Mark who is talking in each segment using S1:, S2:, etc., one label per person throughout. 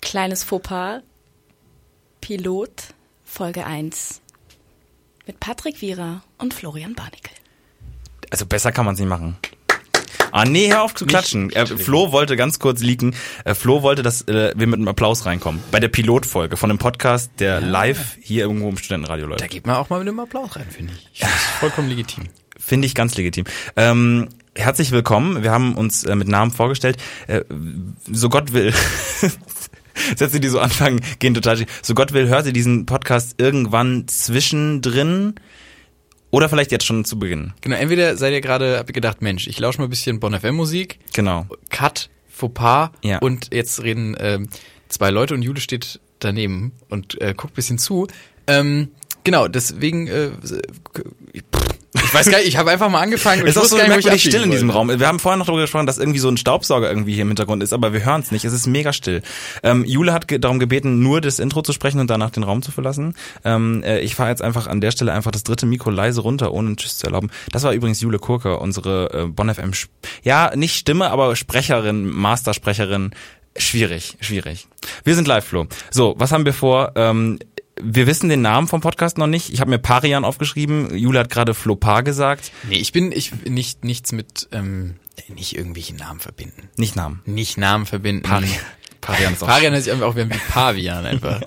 S1: Kleines Fauxpas. Pilot Folge 1. Mit Patrick Wierer und Florian Barnickel.
S2: Also besser kann man es nicht machen. Ah nee, hör auf zu klatschen. Äh, Flo wollte ganz kurz leaken. Äh, Flo wollte, dass äh, wir mit einem Applaus reinkommen. Bei der Pilotfolge von dem Podcast, der live hier irgendwo im Studentenradio
S3: Da
S2: läuft.
S3: geht man auch mal mit einem Applaus rein, finde ich. ich find's vollkommen legitim.
S2: Finde ich ganz legitim. Ähm, herzlich willkommen. Wir haben uns äh, mit Namen vorgestellt. Äh, so Gott will. Sätze, die so anfangen, gehen total schief. So Gott will, hört ihr diesen Podcast irgendwann zwischendrin oder vielleicht jetzt schon zu Beginn.
S3: Genau, entweder seid ihr gerade, habt ihr gedacht, Mensch, ich lausche mal ein bisschen Bon FM Musik,
S2: Genau.
S3: Cut, Fauxpas
S2: Ja.
S3: und jetzt reden ähm, zwei Leute und Jule steht daneben und äh, guckt ein bisschen zu. Ähm, genau, deswegen, äh, ich weiß gar nicht, ich habe einfach mal angefangen. und
S2: Es
S3: ich
S2: ist auch
S3: wusste
S2: so
S3: gar nicht, wo ich
S2: merkwürdig still in
S3: abbiegen
S2: diesem
S3: wollte.
S2: Raum. Wir haben vorhin noch darüber gesprochen, dass irgendwie so ein Staubsauger irgendwie hier im Hintergrund ist, aber wir hören es nicht. Es ist mega still. Ähm, Jule hat ge darum gebeten, nur das Intro zu sprechen und danach den Raum zu verlassen. Ähm, äh, ich fahre jetzt einfach an der Stelle einfach das dritte Mikro leise runter, ohne einen Tschüss zu erlauben. Das war übrigens Jule Kurke, unsere äh, Bonn FM, Sp- ja, nicht Stimme, aber Sprecherin, Mastersprecherin. Schwierig, schwierig. Wir sind live, Flo. So, was haben wir vor? Ähm, wir wissen den Namen vom Podcast noch nicht. Ich habe mir Parian aufgeschrieben. Jule hat gerade Flopar gesagt.
S3: Nee, ich bin, ich nicht nichts mit, ähm, nicht irgendwelchen Namen verbinden.
S2: Nicht Namen.
S3: Nicht Namen verbinden.
S2: Parian. Parian ist auch
S3: Parian hört sich einfach auch wie Pavian einfach.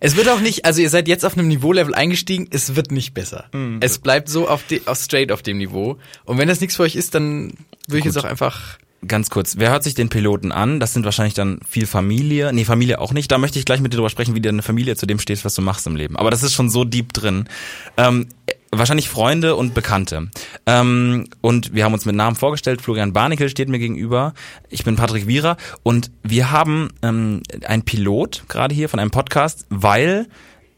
S3: es wird auch nicht, also ihr seid jetzt auf einem Niveau-Level eingestiegen, es wird nicht besser. Es bleibt so auf, de, auf straight auf dem Niveau. Und wenn das nichts für euch ist, dann würde ich jetzt auch einfach.
S2: Ganz kurz, wer hört sich den Piloten an? Das sind wahrscheinlich dann viel Familie. Nee, Familie auch nicht. Da möchte ich gleich mit dir drüber sprechen, wie deine Familie zu dem steht, was du machst im Leben. Aber das ist schon so deep drin. Ähm, äh, wahrscheinlich Freunde und Bekannte. Ähm, und wir haben uns mit Namen vorgestellt. Florian Barnickel steht mir gegenüber. Ich bin Patrick Wierer. Und wir haben ähm, einen Pilot gerade hier von einem Podcast, weil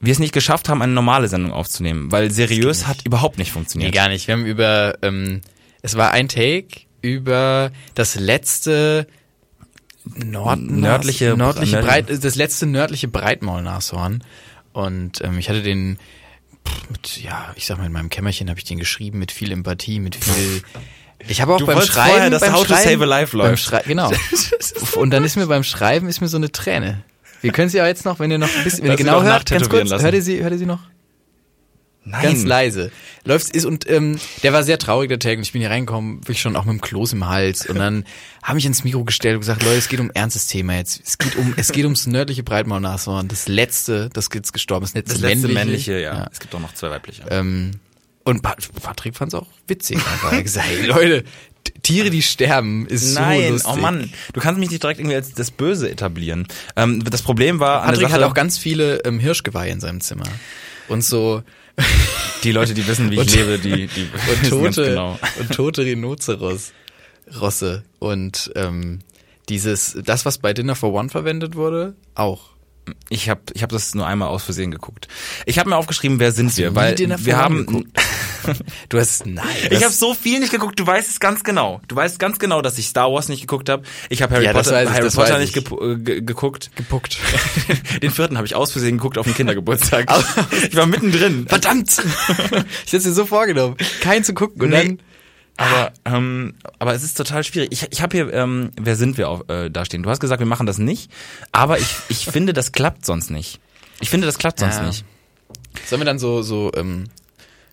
S2: wir es nicht geschafft haben, eine normale Sendung aufzunehmen. Weil seriös hat überhaupt nicht
S3: Nee,
S2: funktioniert.
S3: gar nicht. Wir haben über, ähm, es war ein Take über das letzte Nord
S2: Nördliche-
S3: nördliche
S2: nördliche-
S3: Breit, das letzte nördliche Breitmaulnashorn. Und ähm, ich hatte den, pff, mit, ja, ich sag mal, in meinem Kämmerchen habe ich den geschrieben mit viel Empathie, mit viel. Ich habe auch
S2: Du
S3: beim
S2: wolltest
S3: Schreiben,
S2: vorher, dass
S3: beim
S2: How to
S3: Schreiben,
S2: Save a Life
S3: beim
S2: läuft.
S3: Schrei genau. Und dann ist mir beim Schreiben ist mir so eine Träne. Wir können sie ja jetzt noch, wenn ihr noch ein bisschen, wenn ihr
S2: Lass sie
S3: genau
S2: doch
S3: hört, ganz
S2: nachtätowieren
S3: kurz,
S2: lassen.
S3: hört ihr sie, hört ihr sie noch?
S2: Nein.
S3: Ganz leise. Läuft ist und ähm, der war sehr traurig, der Tag. Und ich bin hier reingekommen, wirklich schon auch mit dem Kloß im Hals. Und dann habe ich ins Mikro gestellt und gesagt, Leute, es geht um ein ernstes Thema jetzt. Es geht um, es geht ums nördliche Breitmaulnashorn. Das letzte, das jetzt gestorben ist.
S2: Das letzte männliche, ja. Es gibt auch noch zwei weibliche.
S3: Ähm, und Pat Patrick fand es auch witzig. einfach. Er hat gesagt, hey, Leute, T- Tiere, die sterben, ist so
S2: Nein,
S3: lustig.
S2: oh Mann, du kannst mich nicht direkt irgendwie als das Böse etablieren. Ähm, das Problem war, an der
S3: Patrick
S2: Sache,
S3: hat auch ganz viele ähm, Hirschgeweihe in seinem Zimmer. Und so
S2: die Leute, die wissen, wie ich
S3: und-
S2: lebe, die, die
S3: und
S2: wissen ganz
S3: tote
S2: genau.
S3: und tote Rhinoceros Rosse und ähm, dieses das was bei Dinner for One verwendet wurde auch
S2: Ich habe ich hab das nur einmal aus Versehen geguckt. Ich habe mir aufgeschrieben, wer sind wir,
S3: nie
S2: weil
S3: Dinner for
S2: wir
S3: One
S2: haben
S3: geguckt? du hast nein
S2: Ich habe
S3: das-
S2: so viel nicht geguckt, du weißt es ganz genau. Du weißt ganz genau, dass ich Star Wars nicht geguckt habe. Ich habe Harry
S3: Ja, das
S2: Potter,
S3: weiß ich,
S2: Harry
S3: das
S2: Potter
S3: weiß
S2: nicht
S3: ich.
S2: gepu- äh, ge geguckt.
S3: gepuckt
S2: Den vierten habe ich aus Versehen geguckt auf dem Kindergeburtstag. ich war mittendrin.
S3: verdammt ich hätte dir so vorgenommen keinen zu gucken und
S2: Nee.
S3: dann
S2: Aber, ähm, aber es ist total schwierig. Ich, ich habe hier, ähm, wer sind wir auf, äh, da stehen? Du hast gesagt, wir machen das nicht, aber ich, ich finde, das klappt sonst nicht. Ich finde, das klappt sonst
S3: Ja.
S2: nicht.
S3: sollen wir dann so so ähm,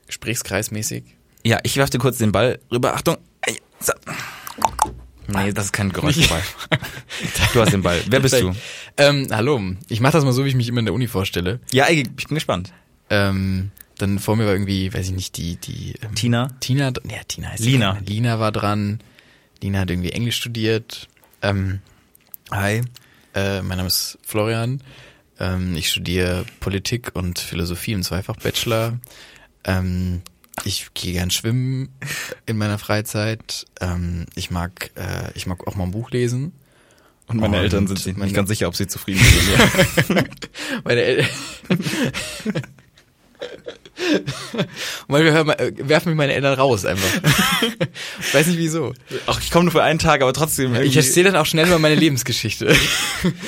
S3: Gesprächskreismäßig
S2: Ja, ich werfe dir kurz den Ball rüber. Achtung. Ey, so. Nee, das ist kein Geräusch dabei. Du hast den Ball. Wer bist du?
S3: ähm, hallo ich mache das mal so wie ich mich immer in der Uni vorstelle
S2: Ja, ich ich bin gespannt.
S3: ähm, dann vor mir war irgendwie weiß ich nicht die die ähm,
S2: Tina?
S3: Tina, ja, Tina heißt
S2: Lina.
S3: sie. Lina war dran. Lina hat irgendwie Englisch studiert. Ähm, Hi. Äh, mein Name ist Florian. Ähm, ich studiere Politik und Philosophie im Zweifach-Bachelor. Ähm, ich gehe gern schwimmen in meiner Freizeit. Ähm, ich mag, äh, ich mag auch mal ein Buch lesen.
S2: Und meine
S3: Und
S2: Eltern sind sich
S3: meine-
S2: nicht ganz sicher, ob sie zufrieden sind. Ja.
S3: Meine El Manchmal hör mal, äh, werfen mich meine Eltern raus einfach. Weiß nicht wieso.
S2: Ach, ich komme nur für einen Tag, aber trotzdem.
S3: Ich
S2: irgendwie-
S3: erzähle dann auch schnell über meine Lebensgeschichte.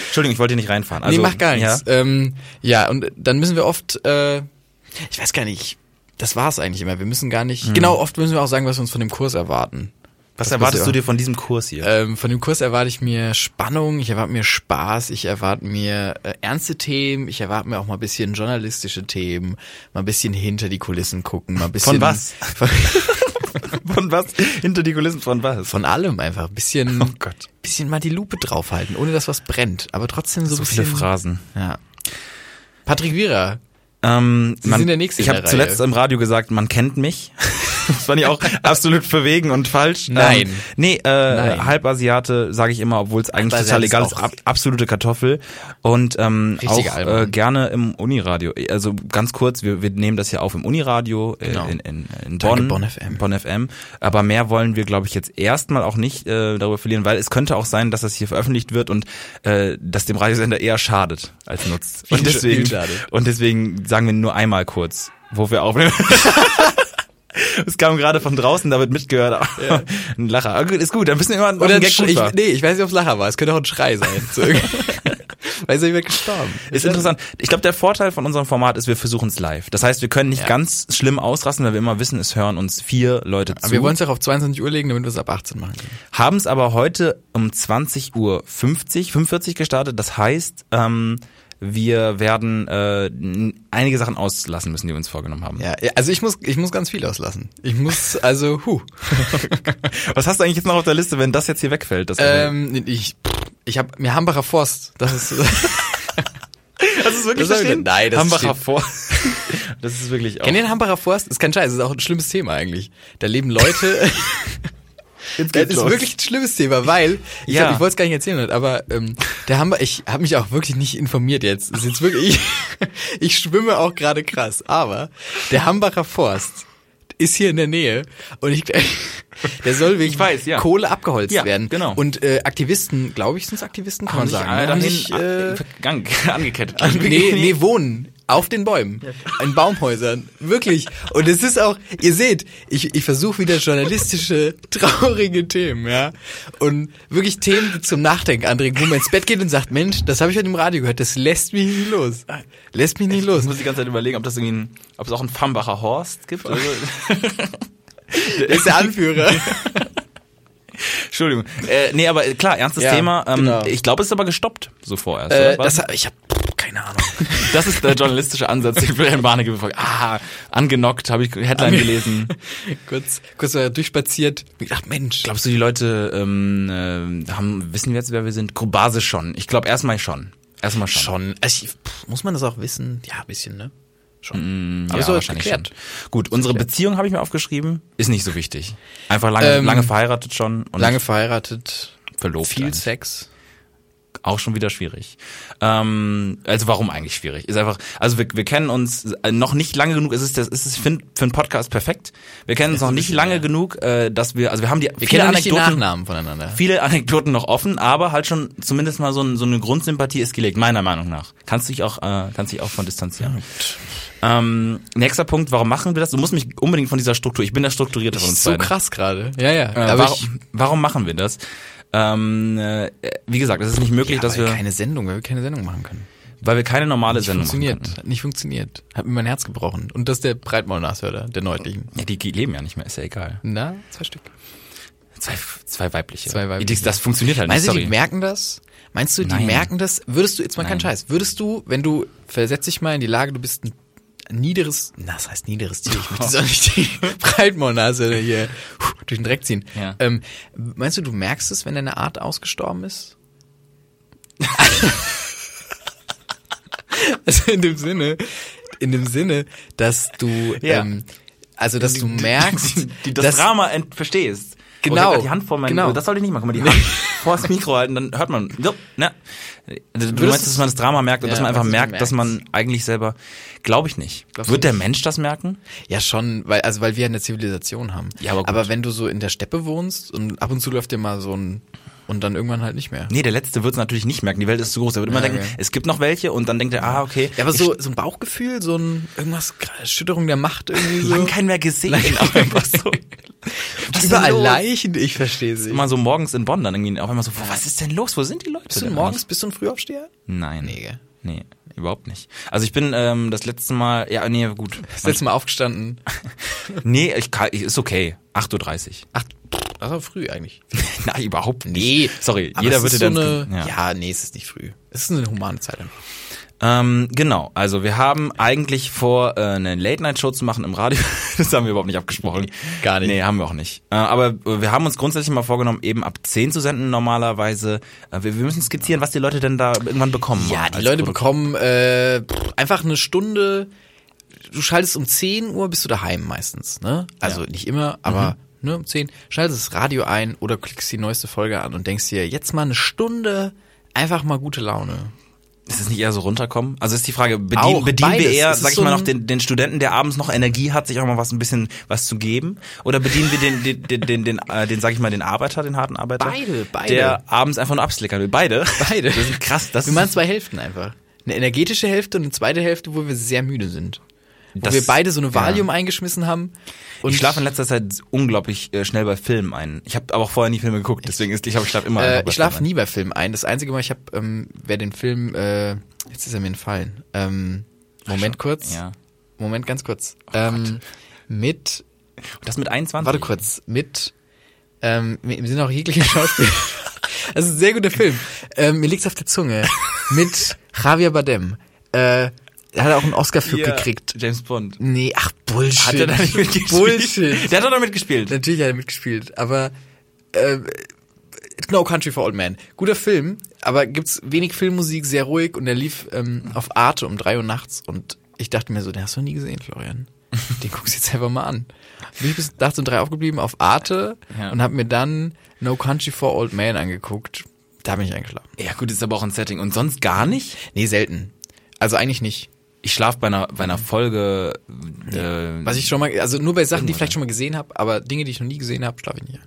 S2: Entschuldigung, ich wollte hier nicht reinfahren.
S3: nee, macht gar nichts.
S2: Also, Ja,
S3: Ja, ähm, ja und dann müssen wir oft, äh, ich
S2: Mhm.
S3: weiß gar nicht, das war's eigentlich immer. Wir müssen gar nicht, genau, oft müssen wir auch sagen, was wir uns von dem Kurs erwarten.
S2: Was
S3: Das
S2: erwartest
S3: kostet
S2: du Äh,
S3: ja-
S2: dir von diesem Kurs hier?
S3: Ähm, von dem Kurs erwarte ich mir Spannung, ich erwarte mir Spaß, ich erwarte mir äh, ernste Themen, ich erwarte mir auch mal ein bisschen journalistische Themen, mal ein bisschen hinter die Kulissen gucken, mal ein bisschen
S2: was?
S3: Von,
S2: Von was? Hinter die Kulissen von was?
S3: von allem einfach, ein bisschen,
S2: Oh Gott.
S3: bisschen mal die Lupe draufhalten, ohne dass was brennt, aber trotzdem so,
S2: so
S3: ein
S2: viele
S3: bisschen.
S2: Phrasen.
S3: Ja. Patrick Wierer,
S2: Ähm,
S3: Sie sind der Nächste
S2: Ich
S3: in
S2: habe
S3: der
S2: zuletzt
S3: Reihe.
S2: im Radio gesagt, man kennt mich. das fand ich auch absolut verwegen und falsch.
S3: Nein.
S2: Ähm, nee, äh,
S3: Nein.
S2: Halbasiate sage ich immer, obwohl es eigentlich
S3: Halbasiate
S2: total
S3: ist
S2: egal ist.
S3: auch-
S2: Ab, absolute Kartoffel. Und ähm, auch
S3: Richtiger Alman.
S2: äh, gerne im Uniradio. Also ganz kurz, wir, wir nehmen das ja auf im Uniradio äh,
S3: Genau.
S2: in, in, in
S3: Danke,
S2: Bonn.
S3: Bonn FM.
S2: Bonn FM. Aber mehr wollen wir, glaube ich, jetzt erstmal auch nicht äh, darüber verlieren, weil es könnte auch sein, dass das hier veröffentlicht wird und äh, das dem Radiosender eher schadet als nutzt.
S3: Viel
S2: Und
S3: sch-
S2: deswegen,
S3: viel schade.
S2: und deswegen sagen wir nur einmal kurz, wo wir aufnehmen. Es kam gerade von draußen, da wird mitgehört. Ein Lacher. Aber gut, ist gut, dann wissen wir immer, ob ein
S3: Oder ein
S2: Gag
S3: Sch-
S2: gut
S3: ich, ne-
S2: war.
S3: nee, ich weiß nicht, ob es Lacher war. Es könnte auch ein Schrei sein. So irgendwie- Weiß nicht, wer gestorben.
S2: Ist interessant. Ich glaube, der Vorteil von unserem Format ist, wir versuchen es live. Das heißt, wir können nicht
S3: Ja.
S2: ganz schlimm ausrasten, weil wir immer wissen, es hören uns vier Leute zu.
S3: Aber wir wollen es auch auf 22 Uhr legen, damit wir es ab 18 machen können.
S2: haben es aber heute um 20.50 Uhr, 45 gestartet. Das heißt, ähm, wir werden äh, n- einige Sachen auslassen müssen, die wir uns vorgenommen haben.
S3: Ja, ja, also ich muss, ich muss ganz viel auslassen. Ich muss, also, huh.
S2: Was hast du eigentlich jetzt noch auf der Liste, wenn das jetzt hier wegfällt? Das,
S3: ähm, ich, ich habe mir Hambacher Forst. Das ist.
S2: das ist wirklich
S3: das hab ich nicht- nein, das
S2: Hambacher
S3: steht-
S2: vor. Das ist wirklich auch.
S3: Kennt ihr den Hambacher Forst? Ist kein Scheiß, ist auch ein schlimmes Thema eigentlich. Da leben Leute.
S2: Jetzt
S3: Das ist wirklich ein schlimmes Thema, weil ich,
S2: Ja.
S3: glaub, ich wollte es gar nicht erzählen, aber ähm, der Hamburg, ich habe mich auch wirklich nicht informiert jetzt. Ist jetzt wirklich, ich, ich schwimme auch gerade krass, aber der Hambacher Forst ist hier in der Nähe und ich, der soll wegen
S2: Ich weiß, ja.
S3: Kohle abgeholzt
S2: Ja,
S3: werden.
S2: genau.
S3: Und äh, Aktivisten, glaube ich, sind Aktivisten, kann man sagen. ne? Haben sich, äh,
S2: äh, angekettet.
S3: nee, nee, wohnen. Auf den Bäumen. In Baumhäusern. Wirklich. Und es ist auch, ihr seht, ich, ich versuche wieder journalistische, traurige Themen, ja. Und wirklich Themen, die zum Nachdenken anregen, wo man ins Bett geht und sagt, Mensch, das habe ich heute im Radio gehört, das lässt mich nie los. Lässt mich nie los.
S2: Ich muss die ganze Zeit überlegen, ob das irgendwie ein, ob es auch einen Fambacher Horst gibt. Oder so.
S3: Das ist der Anführer.
S2: Entschuldigung. Äh, nee, aber klar, ernstes
S3: Ja,
S2: Thema. Ähm,
S3: genau.
S2: Ich glaube, es ist aber gestoppt, so vorerst.
S3: äh,
S2: oder?
S3: das, ich habe keine Ahnung.
S2: das ist der journalistische Ansatz, den Florian Barnecke befolgt. Ah, angenockt, habe ich Headline gelesen.
S3: kurz, kurz mal durchspaziert. Ich dachte, Mensch.
S2: Glaubst du, die Leute ähm, äh, haben, wissen wir jetzt, wer wir sind? Grobase schon. Ich glaube, erstmal schon. Erstmal schon.
S3: Schon. Also ich, pff, muss man das auch wissen? Ja, ein bisschen, ne? Schon.
S2: Mm, Ja,
S3: so
S2: wahrscheinlich Schon. Gut, unsere Beziehung habe ich mir aufgeschrieben. Ist nicht so wichtig. Einfach lange,
S3: Ähm,
S2: lange verheiratet schon und
S3: Lange verheiratet,
S2: verlobt.
S3: viel
S2: eigentlich.
S3: Sex.
S2: auch schon wieder schwierig. Ähm, also warum eigentlich schwierig? Ist einfach, also wir, wir kennen uns äh, noch nicht lange genug. Es ist das ist es für, für einen Podcast perfekt. Wir kennen uns noch nicht lange genug, äh, dass wir, also wir haben die
S3: Wir kennen ja nicht die Nachnamen voneinander.
S2: viele Anekdoten noch offen, aber halt schon zumindest mal so, ein, so eine Grundsympathie ist gelegt, meiner Meinung nach. Kannst du dich auch, äh, kannst dich auch von distanzieren. ähm, nächster Punkt, warum machen wir das? Du musst mich unbedingt von dieser Struktur, ich bin der Strukturierte von uns
S3: so
S2: beiden.
S3: krass gerade. Ja, ja.
S2: Äh,
S3: aber
S2: warum,
S3: ich,
S2: warum machen wir das? Ähm, äh, wie gesagt, es ist nicht möglich,
S3: ja,
S2: dass
S3: weil
S2: wir,
S3: keine Sendung, weil wir keine Sendung machen können.
S2: weil wir keine normale
S3: Nicht
S2: Sendung machen
S3: funktioniert.
S2: können.
S3: Nicht funktioniert. Hat mir mein Herz gebrochen. Und das ist der Breitmaul-Nachhörer, der Nördlichen.
S2: Ja, die leben ja nicht mehr, ist ja egal.
S3: Na, zwei Stück.
S2: Zwei, zwei weibliche.
S3: Zwei weibliche.
S2: Das, das funktioniert halt
S3: Meinst
S2: nicht,
S3: du,
S2: sorry.
S3: die merken das? Meinst du, die
S2: Nein.
S3: merken das? Würdest du, jetzt mal keinen
S2: Nein.
S3: Scheiß, würdest du, wenn du, versetz dich mal in die Lage, du bist ein niederes, na, das heißt niederes Tier, ich möchte jetzt auch nicht die Breitmaulnase hier puh, durch den Dreck ziehen.
S2: Ja.
S3: Ähm, meinst du, du merkst es, wenn deine Art ausgestorben ist? also in dem Sinne, in dem Sinne, dass du,
S2: Ja.
S3: ähm, also dass du merkst,
S2: Die- das
S3: dass,
S2: Drama ent verstehst. Oh, ich
S3: Genau,
S2: hab grad die Hand vor meinem,
S3: genau.
S2: Das sollte ich nicht machen. Guck mal, die Hand vor das Mikro halten, dann hört man. So, na. Du meinst, dass man das Drama merkt und
S3: Ja,
S2: dass man einfach
S3: meinst du,
S2: merkt,
S3: du
S2: dass man eigentlich selber. Glaube ich nicht.
S3: Glaubst du
S2: Wird der
S3: nicht?
S2: Mensch das merken?
S3: Ja, schon, weil, also weil wir eine Zivilisation haben.
S2: Ja, aber gut.
S3: wenn du so in der Steppe wohnst und ab und zu läuft dir mal so ein und dann irgendwann halt nicht mehr.
S2: Nee, der Letzte wird es natürlich nicht merken. Die Welt ist zu groß. Er wird immer
S3: Ja,
S2: denken,
S3: okay.
S2: es gibt noch welche und dann denkt er, ah, okay.
S3: Ja, aber so, so ein Bauchgefühl, so ein irgendwas, Erschütterung der Macht irgendwie
S2: ich hab
S3: so.
S2: lang keinen mehr gesehen. Aber einfach so. Was ist denn
S3: Überall
S2: los?
S3: Leichen, ich verstehe sie.
S2: Immer so morgens in Bonn dann irgendwie auf einmal so, boah, was ist denn los? Wo sind die Leute?
S3: Bist du
S2: denn
S3: morgens, bist du ein Frühaufsteher?
S2: Nein.
S3: Nee, gell?
S2: Nee, überhaupt nicht. Also ich bin ähm, das letzte Mal, ja, nee, gut.
S3: Ist letztes Mal aufgestanden.
S2: nee, ich, kann- ich ist okay. 8.30 Uhr.
S3: Ach, Das war früh eigentlich.
S2: Nein, überhaupt nicht.
S3: Nee,
S2: Sorry,
S3: aber
S2: jeder
S3: es
S2: würde
S3: ist
S2: dann.
S3: so eine,
S2: ja.
S3: ja. nee, es ist nicht früh. Es ist eine humane Zeit. einfach.
S2: Ähm, genau, also wir haben eigentlich vor, äh, eine Late-Night-Show zu machen im Radio. das haben wir überhaupt nicht abgesprochen.
S3: Gar nicht.
S2: Nee, haben wir auch nicht. Äh, aber wir haben uns grundsätzlich mal vorgenommen, eben ab 10 zu senden normalerweise. Äh, wir, wir müssen skizzieren, was die Leute denn da irgendwann bekommen. Also
S3: Ja,
S2: als
S3: die Leute
S2: Produkt.
S3: bekommen äh, pff, einfach eine Stunde. Du schaltest um 10 Uhr, bist du daheim meistens. Ne? Also nicht immer, aber
S2: Mhm.
S3: ne, um 10. Schaltest das Radio ein oder klickst die neueste Folge an und denkst dir, jetzt mal eine Stunde einfach mal gute Laune.
S2: Ist es nicht eher so runterkommen? Also ist die Frage, bedien,
S3: Auch,
S2: bedienen wir
S3: beides.
S2: eher,
S3: Es ist
S2: sag ich
S3: so
S2: mal, noch
S3: ein-
S2: den, den Studenten, der abends noch Energie hat, sich auch mal was ein bisschen was zu geben? Oder bedienen wir den, den, den, den, den, äh, den sag ich mal, den Arbeiter, den harten Arbeiter?
S3: Beide, beide.
S2: Der abends einfach nur abslickern will. Beide?
S3: Beide.
S2: Das ist krass. Das
S3: wir machen
S2: ist,
S3: zwei Hälften einfach. Eine energetische Hälfte und eine zweite Hälfte, wo wir sehr müde sind. Wo
S2: Das-
S3: wir beide so eine
S2: ja.
S3: Valium eingeschmissen haben. Und
S2: ich schlafe in letzter Zeit unglaublich äh, schnell bei Filmen ein. Ich habe aber auch vorher nie Filme geguckt, deswegen ist ich habe ich schlaf immer. einfach
S3: Äh,
S2: bei
S3: ich schlafe
S2: Filmen
S3: nie bei Filmen ein. Das einzige Mal, ich habe, ähm, wer den Film, äh, jetzt ist er mir entfallen. Ähm, Moment kurz.
S2: Ja. Oh
S3: Moment ganz kurz. ähm, mit,
S2: ein. Und das mit 21.
S3: warte kurz, mit, ähm, mir mir sind auch jegliche Schauspieler. das ist ein sehr guter Film. Ähm, mir liegt's auf der Zunge. Mit Javier Bardem. Äh, da hat er auch einen Oscar für
S2: Ja,
S3: gekriegt.
S2: James Bond.
S3: Nee, ach Bullshit.
S2: Hat er da nicht mitgespielt?
S3: Bullshit.
S2: Der hat doch da mitgespielt.
S3: Natürlich hat er mitgespielt, aber äh, No Country for Old Men. Guter Film, aber gibt's wenig Filmmusik, sehr ruhig und er lief ähm, auf Arte um drei Uhr nachts und ich dachte mir so, den hast du noch nie gesehen, Florian. Den guckst du jetzt einfach mal an. Bin ich bis nachts um drei aufgeblieben auf Arte
S2: Ja.
S3: und habe mir dann No Country for Old Men angeguckt. Da bin ich eingeschlafen.
S2: Ja gut, ist aber auch ein Setting. Und sonst gar nicht?
S3: Nee, selten. Also eigentlich nicht.
S2: Ich schlafe bei einer, bei einer Folge. Äh,
S3: Mhm. Was ich schon mal, also nur bei Sachen, die
S2: Irgendwann,
S3: ich vielleicht schon mal gesehen habe, aber Dinge, die ich noch nie gesehen habe, schlafe ich nicht.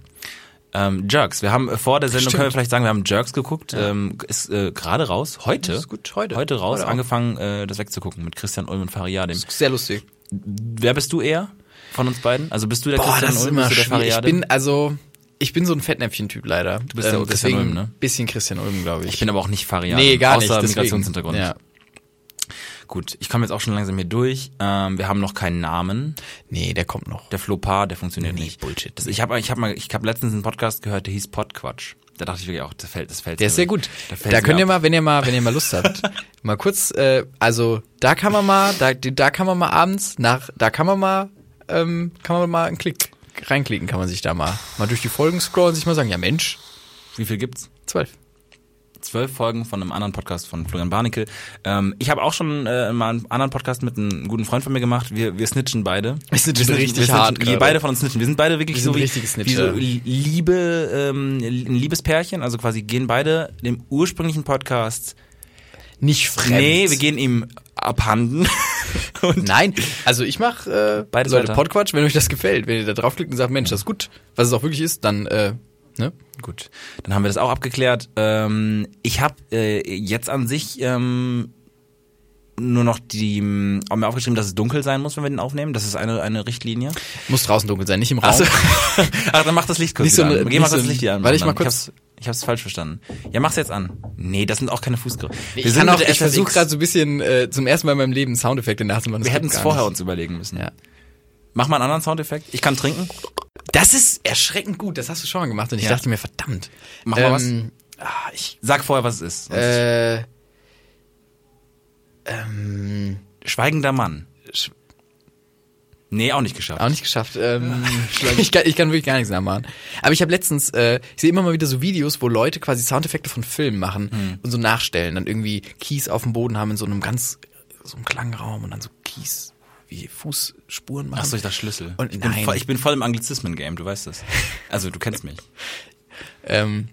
S3: ein.
S2: ähm, Jerks. Wir haben äh, vor der Sendung,
S3: Stimmt.
S2: können wir vielleicht sagen, wir haben Jerks geguckt. Ähm, ist äh, gerade raus. Heute.
S3: Ist gut, heute.
S2: Heute raus.
S3: Heute auch.
S2: angefangen, äh, das wegzugucken mit Christian Ulm und Faria. Dem.
S3: Ist sehr lustig.
S2: Wer bist du eher von uns beiden? Also bist du der
S3: Boah,
S2: Christian
S3: das ist
S2: Ulm?
S3: immer
S2: bist du der
S3: schwierig. Ich
S2: Faria dem?
S3: bin also, ich bin so ein Fettnäpfchen-Typ leider. Du
S2: bist der Christian Ulm, ne?
S3: Bisschen Christian Ulm, glaube ich.
S2: ich bin aber auch nicht Faria.
S3: nee,
S2: dem,
S3: gar nicht.
S2: außer
S3: deswegen.
S2: Migrationshintergrund.
S3: Ja.
S2: Gut, ich komme jetzt auch schon langsam hier durch. Ähm, wir haben noch keinen Namen.
S3: Nee, der kommt noch.
S2: Der Flopar, der funktioniert
S3: Nee,
S2: nicht.
S3: Bullshit.
S2: Das, ich habe ich hab mal, ich habe letztens einen Podcast gehört, der hieß Podquatsch. Da dachte ich wirklich auch, das fällt, das fällt.
S3: Der ist sehr gut.
S2: Also, Da,
S3: Da,
S2: fällt's mir
S3: könnt ihr
S2: ab.
S3: mal, wenn ihr mal, wenn ihr mal Lust habt, mal kurz, äh, also da kann man mal, da, da kann man mal abends nach, da kann man mal, ähm, kann man mal einen Klick reinklicken, kann man sich da mal mal durch die Folgen scrollen, sich mal sagen, ja Mensch,
S2: Wie viel gibt's?
S3: zwölf.
S2: zwölf Folgen von einem anderen Podcast von Florian Barnickel. Ähm, ich habe auch schon äh, mal einen anderen Podcast mit einem guten Freund von mir gemacht. Wir, wir snitchen beide.
S3: Wir snitchen richtig
S2: wir
S3: hart
S2: Wir
S3: gerade.
S2: beide von uns snitchen. Wir sind beide wirklich
S3: Wir sind
S2: so wie,
S3: richtige
S2: wie so
S3: Snitcher.
S2: Liebe, ähm, ein Liebespärchen. Also quasi gehen beide dem ursprünglichen Podcast.
S3: Nicht fremd.
S2: Nee, wir gehen ihm abhanden. Und
S3: Nein, also ich mache äh,
S2: Beides
S3: Beides Leute
S2: weiter.
S3: Podquatsch, wenn euch das gefällt. Wenn ihr da draufklickt und sagt, Mensch, das ist gut, was es auch wirklich ist, dann äh, ne?
S2: Gut, dann haben wir das auch abgeklärt. Ähm, ich habe äh, jetzt an sich ähm, nur noch die, auch mir aufgeschrieben, dass es dunkel sein muss, wenn wir den aufnehmen. Das ist eine, eine Richtlinie.
S3: Muss draußen dunkel sein, nicht im Raum.
S2: Ach, so. Ach dann mach das Licht kurz
S3: Nicht so
S2: wieder
S3: eine-
S2: an. Geh
S3: nicht
S2: mal
S3: so
S2: das
S3: ein-
S2: Licht hier an.
S3: Warte, ich
S2: Mann.
S3: mach kurz-
S2: hab's, ich hab's falsch verstanden. Ja, mach's jetzt an. Nee, das sind auch keine Fußgriffe. Wir
S3: ich kann auch,
S2: mit der
S3: ich versuche
S2: FFX.
S3: gerade so ein bisschen äh, zum ersten Mal in meinem Leben Soundeffekte nachzumachen.
S2: Wir
S3: Das
S2: hätten
S3: geht
S2: es
S3: gar
S2: vorher
S3: nicht.
S2: uns überlegen müssen.
S3: Ja.
S2: Mach mal einen anderen Soundeffekt. Ich kann trinken.
S3: Das ist erschreckend gut, das hast du schon mal gemacht und ich
S2: Ja.
S3: dachte mir, verdammt.
S2: Mach mal
S3: was. Ah, ich,
S2: Sag vorher, was es ist. Sonst-
S3: äh, ähm,
S2: Schweigender Mann.
S3: sch-
S2: Nee, auch nicht geschafft.
S3: Auch nicht geschafft. Ähm, ich, kann, ich kann wirklich gar nichts nachmachen. Aber ich habe letztens, äh, ich sehe immer mal wieder so Videos, wo Leute quasi Soundeffekte von Filmen machen
S2: Hm.
S3: und so nachstellen. Dann irgendwie Kies auf dem Boden haben in so einem ganz, so einem Klangraum und dann so Kies wie Fußspuren machen.
S2: Ach so, ich dachte Schlüssel.
S3: Und
S2: ich, bin
S3: nein.
S2: voll, ich bin voll im Anglizismen-Game, du weißt das. Also, du kennst mich.
S3: ähm,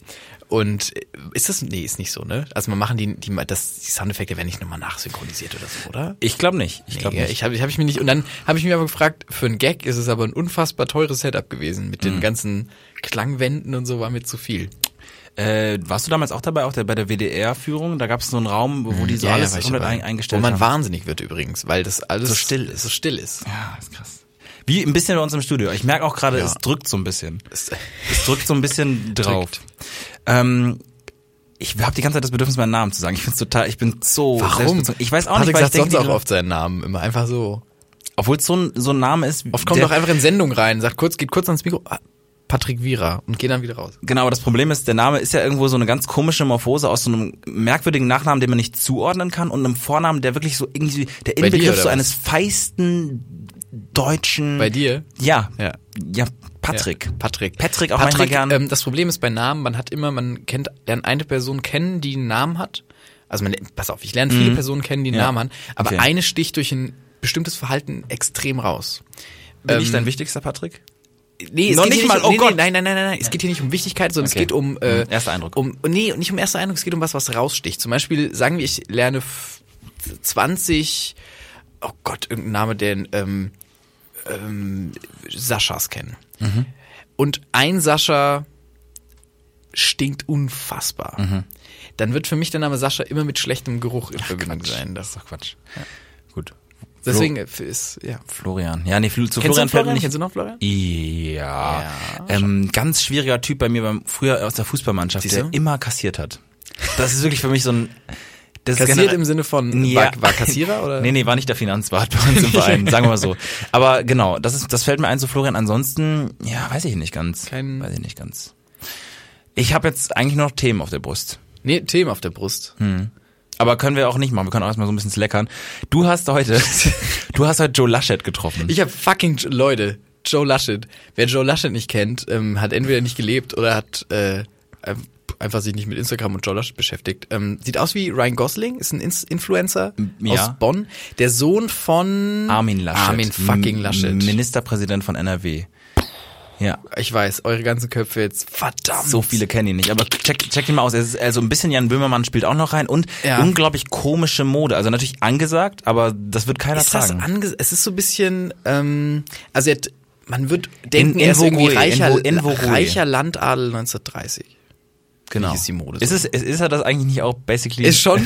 S3: und äh, ist das, nee, ist nicht so, ne? Also man machen die, die, das, die Soundeffekte werden nicht nochmal nachsynchronisiert oder so, oder?
S2: Ich glaube nicht. Ich
S3: Ich
S2: glaube
S3: glaube,
S2: nicht.
S3: ich habe ich hab ich mir nicht. Und dann habe ich mir aber gefragt, für einen Gag ist es aber ein unfassbar teures Setup gewesen. Mit
S2: Hm.
S3: den ganzen Klangwänden und so war mir zu viel.
S2: Äh, warst du damals auch dabei, auch der, bei der WDR-Führung? Da gab es so einen Raum, wo die so
S3: Ja,
S2: alles
S3: ja, war ich
S2: komplett
S3: dabei.
S2: ein, eingestellt
S3: Wo man
S2: haben.
S3: wahnsinnig wird übrigens, weil das alles
S2: So still ist.
S3: So still ist.
S2: Ja, ist krass. Wie ein bisschen bei uns im Studio. Ich merke auch gerade,
S3: Ja.
S2: es drückt so ein bisschen.
S3: Es-
S2: Es drückt so ein bisschen drauf. Ähm, ich habe die ganze Zeit das Bedürfnis, meinen Namen zu sagen. Ich find's total, ich bin Oh, so
S3: Warum?
S2: selbstbezogen. Ich weiß auch
S3: Patrick
S2: nicht, weil ich
S3: sagt
S2: denke,
S3: sonst
S2: die-
S3: auch oft seinen Namen immer einfach so.
S2: obwohl es so ein, so ein Name ist.
S3: Oft kommt
S2: der-
S3: doch einfach in Sendung rein, sagt kurz, geht kurz ans Mikro. Ah, Patrick Vira und gehe dann wieder raus.
S2: Genau, aber das Problem ist, der Name ist ja irgendwo so eine ganz komische Morphose aus so einem merkwürdigen Nachnamen, den man nicht zuordnen kann und einem Vornamen, der wirklich so irgendwie der
S3: dir,
S2: Inbegriff
S3: oder
S2: so
S3: was?
S2: eines feisten deutschen
S3: Bei dir?
S2: Ja.
S3: Ja.
S2: Ja, Patrick.
S3: Ja, Patrick.
S2: Patrick auch
S3: Patrick,
S2: manchmal gern.
S3: Ähm, das Problem ist bei Namen, man hat immer, man kennt, lernt eine Person kennen, die einen Namen hat. Also man, pass auf, ich lerne viele Personen kennen, die einen
S2: Mhm. Ja.
S3: Namen haben, aber
S2: Okay.
S3: eine sticht durch ein bestimmtes Verhalten extrem raus.
S2: Bin ich
S3: ähm,
S2: dein wichtigster Patrick?
S3: Nee,
S2: Noch
S3: geht
S2: nicht
S3: hier
S2: mal,
S3: um,
S2: oh
S3: nee,
S2: Gott.
S3: Nee, nein, nein, nein, nein, nein. Es geht hier nicht um Wichtigkeit, sondern
S2: Okay.
S3: es geht um äh,
S2: Mhm, erster Eindruck.
S3: Um, nee, nicht um erster Eindruck, es geht um was, was raussticht. Zum Beispiel, sagen wir, ich lerne f- 20, oh Gott, irgendein Name, den ähm, ähm, Saschas kennen.
S2: Mhm.
S3: Und ein Sascha stinkt unfassbar.
S2: Mhm.
S3: Dann wird für mich der Name Sascha immer mit schlechtem Geruch in Verbindung sein.
S2: Das
S3: Das,
S2: ist doch Quatsch. Gut.
S3: deswegen äh, ist, ja.
S2: Flo, Florian. Ja, nee, Fl zu
S3: Kennst du
S2: Florian
S3: noch
S2: fällt mir
S3: Florian?
S2: nicht
S3: Kennst du noch Florian?
S2: Ja.
S3: Ja.
S2: ähm, ganz schwieriger Typ bei mir beim, früher aus der Fußballmannschaft,
S3: Siehst
S2: der
S3: du?
S2: immer kassiert hat. Das ist wirklich für mich so ein. Das ist
S3: Kassiert
S2: generell-
S3: im Sinne von, war, war Kassierer oder?
S2: Nee, nee, war nicht der Finanzwart bei uns im Verein, sagen wir mal so. Aber genau, das ist, das fällt mir ein zu Florian. Ansonsten, ja, weiß ich nicht ganz.
S3: Kein-
S2: weiß ich nicht ganz. Ich habe jetzt eigentlich nur noch Themen auf der Brust.
S3: Nee, Themen auf der Brust.
S2: Hm. Aber können wir auch nicht machen. Wir können auch erstmal so ein bisschen slackern. Du hast heute, du hast heute Joe Laschet getroffen.
S3: Ich habe fucking Leute, Joe Laschet. Wer Joe Laschet nicht kennt, ähm, hat entweder nicht gelebt oder hat äh, ein- einfach sich nicht mit Instagram und Joe Laschet beschäftigt. Ähm, sieht aus wie Ryan Gosling, ist ein Ins- Influencer
S2: ja.
S3: aus Bonn, der Sohn von
S2: Armin Laschet.
S3: Armin fucking
S2: M-
S3: Laschet.
S2: Ministerpräsident von NRW. Ja.
S3: ich weiß, eure ganzen Köpfe jetzt verdammt.
S2: So viele kennen ihn nicht, aber check, check ihn mal aus. Er ist, also ein bisschen Jan Böhmermann spielt auch noch rein und
S3: Ja.
S2: unglaublich komische Mode. Also natürlich angesagt, aber das wird keiner
S3: ist das
S2: tragen.
S3: ange es ist so ein bisschen ähm, also er hat- man wird denken,
S2: In-
S3: er ist irgendwie
S2: Invogue,
S3: reicher,
S2: Invo- Invogue.
S3: reicher Landadel 1930.
S2: Genau.
S3: Wie ist die Mode
S2: Ist, es, ist, ist er das eigentlich nicht auch basically?
S3: Ist schon.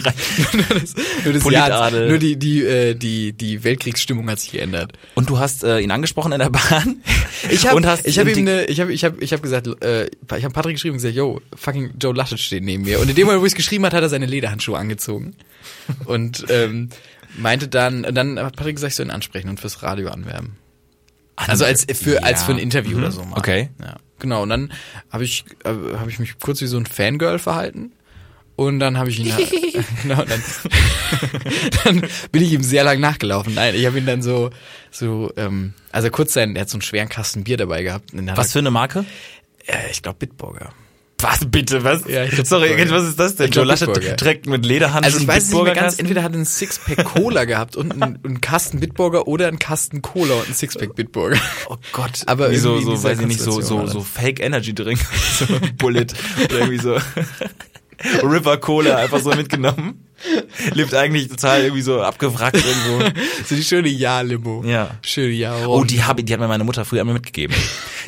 S3: Nur das Jahr,
S2: Politadel.
S3: nur die, die, äh, die, die Weltkriegsstimmung hat sich geändert.
S2: Und du hast äh, ihn angesprochen in der Bahn.
S3: Ich habe
S2: und hast
S3: ich hab
S2: ihm
S3: ihm
S2: die-
S3: ne, ich hab, ich hab, ich hab gesagt, äh, ich habe Patrick geschrieben und gesagt, yo, fucking Joe Laschet steht neben mir. Und in dem Moment, wo ich geschrieben hat, hat er seine Lederhandschuhe angezogen. Und ähm, meinte dann, dann hat Patrick gesagt, ich soll ihn ansprechen und fürs Radio anwerben. Also als für
S2: Ja.
S3: als für ein Interview
S2: Mhm.
S3: oder so mal.
S2: Okay.
S3: Ja. Genau, und dann habe ich äh, habe ich mich kurz wie so ein Fangirl verhalten und dann habe ich ihn genau, und dann, dann bin ich ihm sehr lang nachgelaufen. Nein, ich habe ihn dann so so ähm, also kurz sein, er hat so einen schweren Kasten Bier dabei gehabt. Und den hat
S2: Was für eine Marke?
S3: Er, äh, ich glaube Bitburger.
S2: Was bitte? Was?
S3: Ja, ich glaub,
S2: Sorry,
S3: Bitburger.
S2: was ist das denn?
S3: Ich
S2: Joe
S3: glaub,
S2: Laschet
S3: Bitburger.
S2: trägt mit Lederhandschuhen
S3: Also ich weiß es nicht mehr ganz,
S2: Bitburgerkasten?
S3: entweder hat er einen Sixpack Cola gehabt und einen, einen Kasten Bitburger oder einen Kasten Cola und einen Sixpack Bitburger.
S2: Oh Gott,
S3: Aber
S2: Wie so,
S3: irgendwie in
S2: so
S3: dieser
S2: weiß ich nicht, so,
S3: Konstellation halt.
S2: so,
S3: war
S2: so Fake Energy Drink, so Bullet oder irgendwie so River Cola einfach so mitgenommen. Lebt eigentlich total irgendwie so abgewrackt irgendwo.
S3: So die schöne Ja-Limo.
S2: Ja.
S3: Schöne ja
S2: Oh, die, hab, ich- die hat mir meine Mutter früher immer mitgegeben.